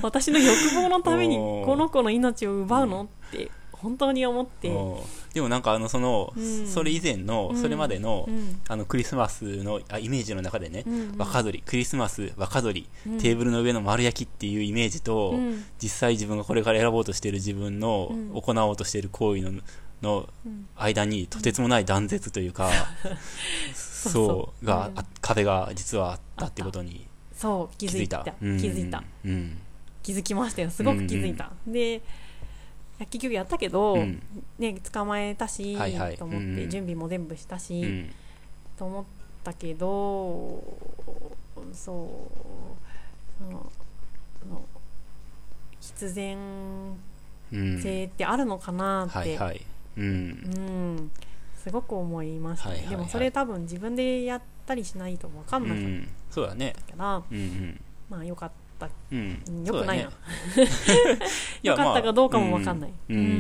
A: 私の欲望のために
B: おー
A: この子の命を奪うのって本当に思って、
B: おうでもなんかあのその、
A: うん
B: それ以前の、
A: うん
B: それまでの,、
A: うん
B: あのクリスマスのあイメージの中でね、
A: うんうん
B: 若鶏クリスマス若鶏、
A: うん
B: テーブルの上の丸焼きっていうイメージと、
A: うん
B: 実際自分がこれから選ぼうとしている自分の、
A: うん
B: 行おうとしている行為のの
A: うん
B: 間にとてつもない断絶というか、
A: う
B: そううが、
A: うん
B: あ壁が実はあったってことに
A: そう気
B: 気
A: づ
B: づい
A: いた
B: た
A: 気づいた、
B: うんうん
A: 気づきましたよすごく気づいた、でいや結局やったけど、
B: うん
A: ね、捕まえたし、
B: はいはい
A: と思って、
B: うんうん
A: 準備も全部したし、
B: うん
A: と思ったけどそうそのその必然
B: うん
A: 性ってあるのかなって、
B: はいはい、うん
A: うん、すごく思いました、
B: はいはいはい
A: でもそれ多分自分でやったりしないと分かんなかっ
B: うんそうだね
A: たから、
B: うんうん
A: まあよかったった
B: うん
A: うんよくないな、
B: 良
A: よかったかどうかもわかんない、
B: うん
A: うん、うん
B: う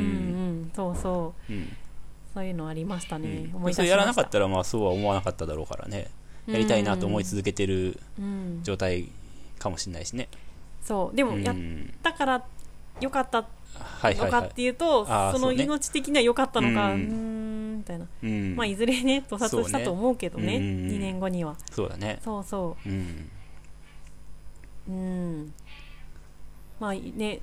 B: ん
A: そうそう
B: うん
A: そういうのありました
B: う
A: ね、思い
B: ん
A: 出し
B: そ
A: ま
B: れ
A: し
B: やらなかったらまあそうは思わなかっただろうからねやりたいなと思い
A: け
B: 続けてる
A: うんうん
B: 状態かもしれないしね
A: そうで
B: う
A: もやっ
B: ん
A: たからよかった
B: はいは
A: の
B: い
A: か
B: は
A: っ
B: い
A: ていうと、
B: あー
A: そ
B: そ
A: の
B: うね
A: 命的には良かったのか、う
B: う
A: ー
B: ん
A: んみたいな、
B: うん
A: まあいずれね、屠殺したと思うけどね、
B: そうねうん
A: 2年後には。
B: そうだね
A: そうそ
B: うん
A: う、うん、まあね、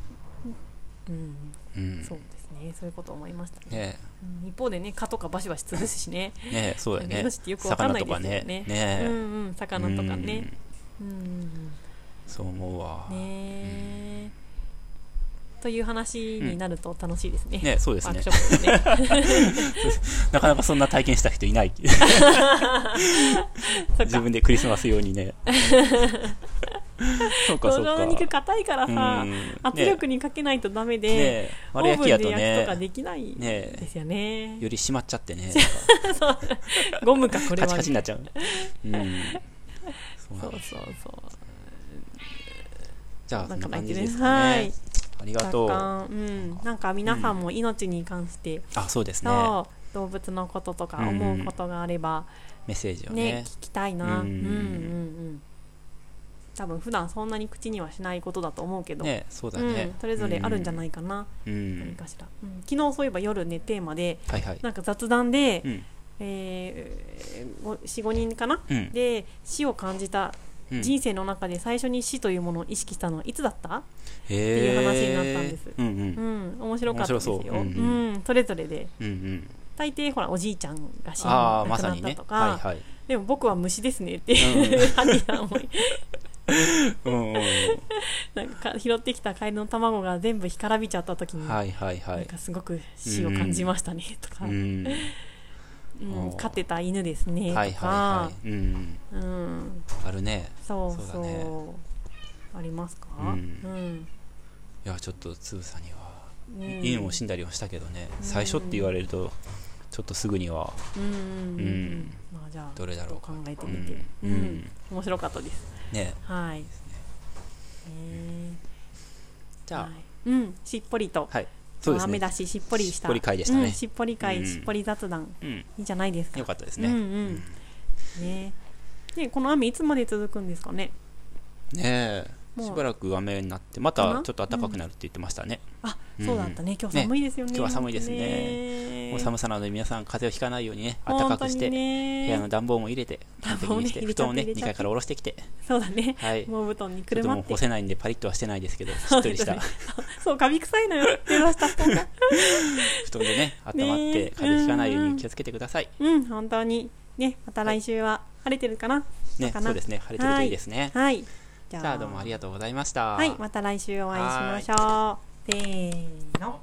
A: うん、
B: うん
A: そうですね、そういうこと思いましたね。
B: ね
A: うん一方でね、蚊とかバシバシ潰すしね、
B: えねえそうだよ ね
A: 命ってよくわかん
B: 魚
A: ない
B: と
A: です
B: か
A: よ
B: ね
A: ね。
B: ね
A: う
B: え
A: んうん、魚とかね。うんうん
B: そう思うわ
A: うん、ねーという話になると楽しいですね。
B: ね そうです
A: ワー
B: ね
A: クショップでね。
B: なかなかそんな体験した人いない
A: そっ
B: 自
A: か。
B: 分でクリスマス用 にねそうかそ
A: 動
B: う
A: 画の
B: か
A: 肉硬いからさ、
B: うん
A: 圧
B: ね
A: 力にかけないとダメ
B: えね
A: で、
B: え
A: オ
B: 丸
A: ー
B: 焼
A: ブン
B: き
A: で
B: や
A: 焼
B: と
A: きとか
B: ね
A: できないで
B: ねえ
A: すよね。
B: より締まっちゃってね
A: そうゴムか、これ
B: カ
A: は。
B: チカチになっちゃううんそうな
A: そ
B: ん
A: う
B: です
A: そうそう。
B: じゃあそ
A: なんん
B: な
A: か
B: 感
A: 泣い
B: じ
A: て
B: で
A: る
B: すか
A: はい
B: ね。ありがとう
A: 若干、うん。なんか皆さんも命に関して、
B: あそうですね
A: そう、動物のこととか思うことがあれば、
B: メッセージを
A: ね
B: ね
A: 聞きたいな、う、
B: うんん
A: うんうん多分普段そんなに口にはしないことだと思うけど、
B: ねそうだ
A: うん
B: ね
A: それぞれあるんじゃ
B: い
A: ないかな、
B: う
A: 何
B: ん
A: かしら、うん昨日そういえば夜ねテーマで
B: はいはい
A: なんか雑談で、
B: うん
A: えー、45人かな
B: うん
A: で死を感じた
B: うん
A: 人生の中で最初に死というものを意識したのはいつだった、
B: て
A: いう話になったんです
B: うんうん
A: うん面白かったですよ
B: 面白
A: う、
B: そううんん
A: それぞれで
B: うんうん
A: 大抵ほらおじいちゃんが死ん
B: ああ
A: 亡
B: ま
A: く
B: さ
A: なっ
B: に
A: た
B: ね
A: とか、
B: はいはい
A: でも僕は虫ですねっていう、 ハニーさんも
B: うんうんうん
A: なんか拾ってきたカエルの卵が全部干からびちゃった時に、
B: はいはいは
A: なん
B: い
A: かすごく死を感じましたねとか、
B: う
A: うん
B: んおー
A: 飼ってた犬ですねとか、
B: はいはいはいうん
A: うん、
B: あるね
A: そうそう
B: そうだね
A: ありますか、
B: うん
A: うん
B: いやちょっとつぶさには
A: うん
B: 犬も死んだりはしたけどね最初って言われるとちょっとすぐには
A: うんうんうんう
B: うんん
A: まあじゃあ
B: どれだろう
A: 考
B: か
A: えてみて、う
B: うんん
A: 面白かったです
B: ね
A: はいねえ
B: じゃあ
A: はいうんしっぽりと、
B: はいそうです
A: 雨
B: ね
A: だししっぽりした
B: しっぽり会でしたね
A: うん、しっぽり会、
B: うん
A: しっぽり雑談
B: うん
A: いいじゃないですか
B: よかったで
A: う
B: す
A: ん
B: ね
A: うんねでこの雨いつまで続くんですかね
B: ねえ
A: もう
B: しばらく雨になってま
A: か
B: た
A: な
B: ちょっと暖かくなるって言ってましたね
A: あ、
B: うん
A: そうだったね今日
B: ね
A: 寒いですよね
B: 今日は寒いですね
A: ね
B: もう寒さなので皆さん風邪をひかないようにね暖
A: 本
B: か
A: 当
B: くし
A: に
B: て部
A: ね
B: 屋の暖房も入れて完璧にして
A: 暖房ね
B: 布団をね
A: 入れちゃっ
B: 2
A: て
B: 階から下ろしてきて
A: そうだね
B: はい
A: 毛布団にく
B: ちょっ
A: る
B: と
A: ま
B: もう
A: って
B: 干せないんでパリッとはしてないですけどしっとりした
A: そうカビ臭いのよ手出した人が
B: 布団でね温まっ
A: ねえ
B: て風邪ひかないよう
A: うん
B: に気をつけてください
A: うん本当にねまた来週は晴れてるかな
B: ね
A: かな
B: そうですね晴れてるといいですね
A: はいじ
B: じゃあどうもありがとうございました
A: はいまた来週お会いしましょうせーの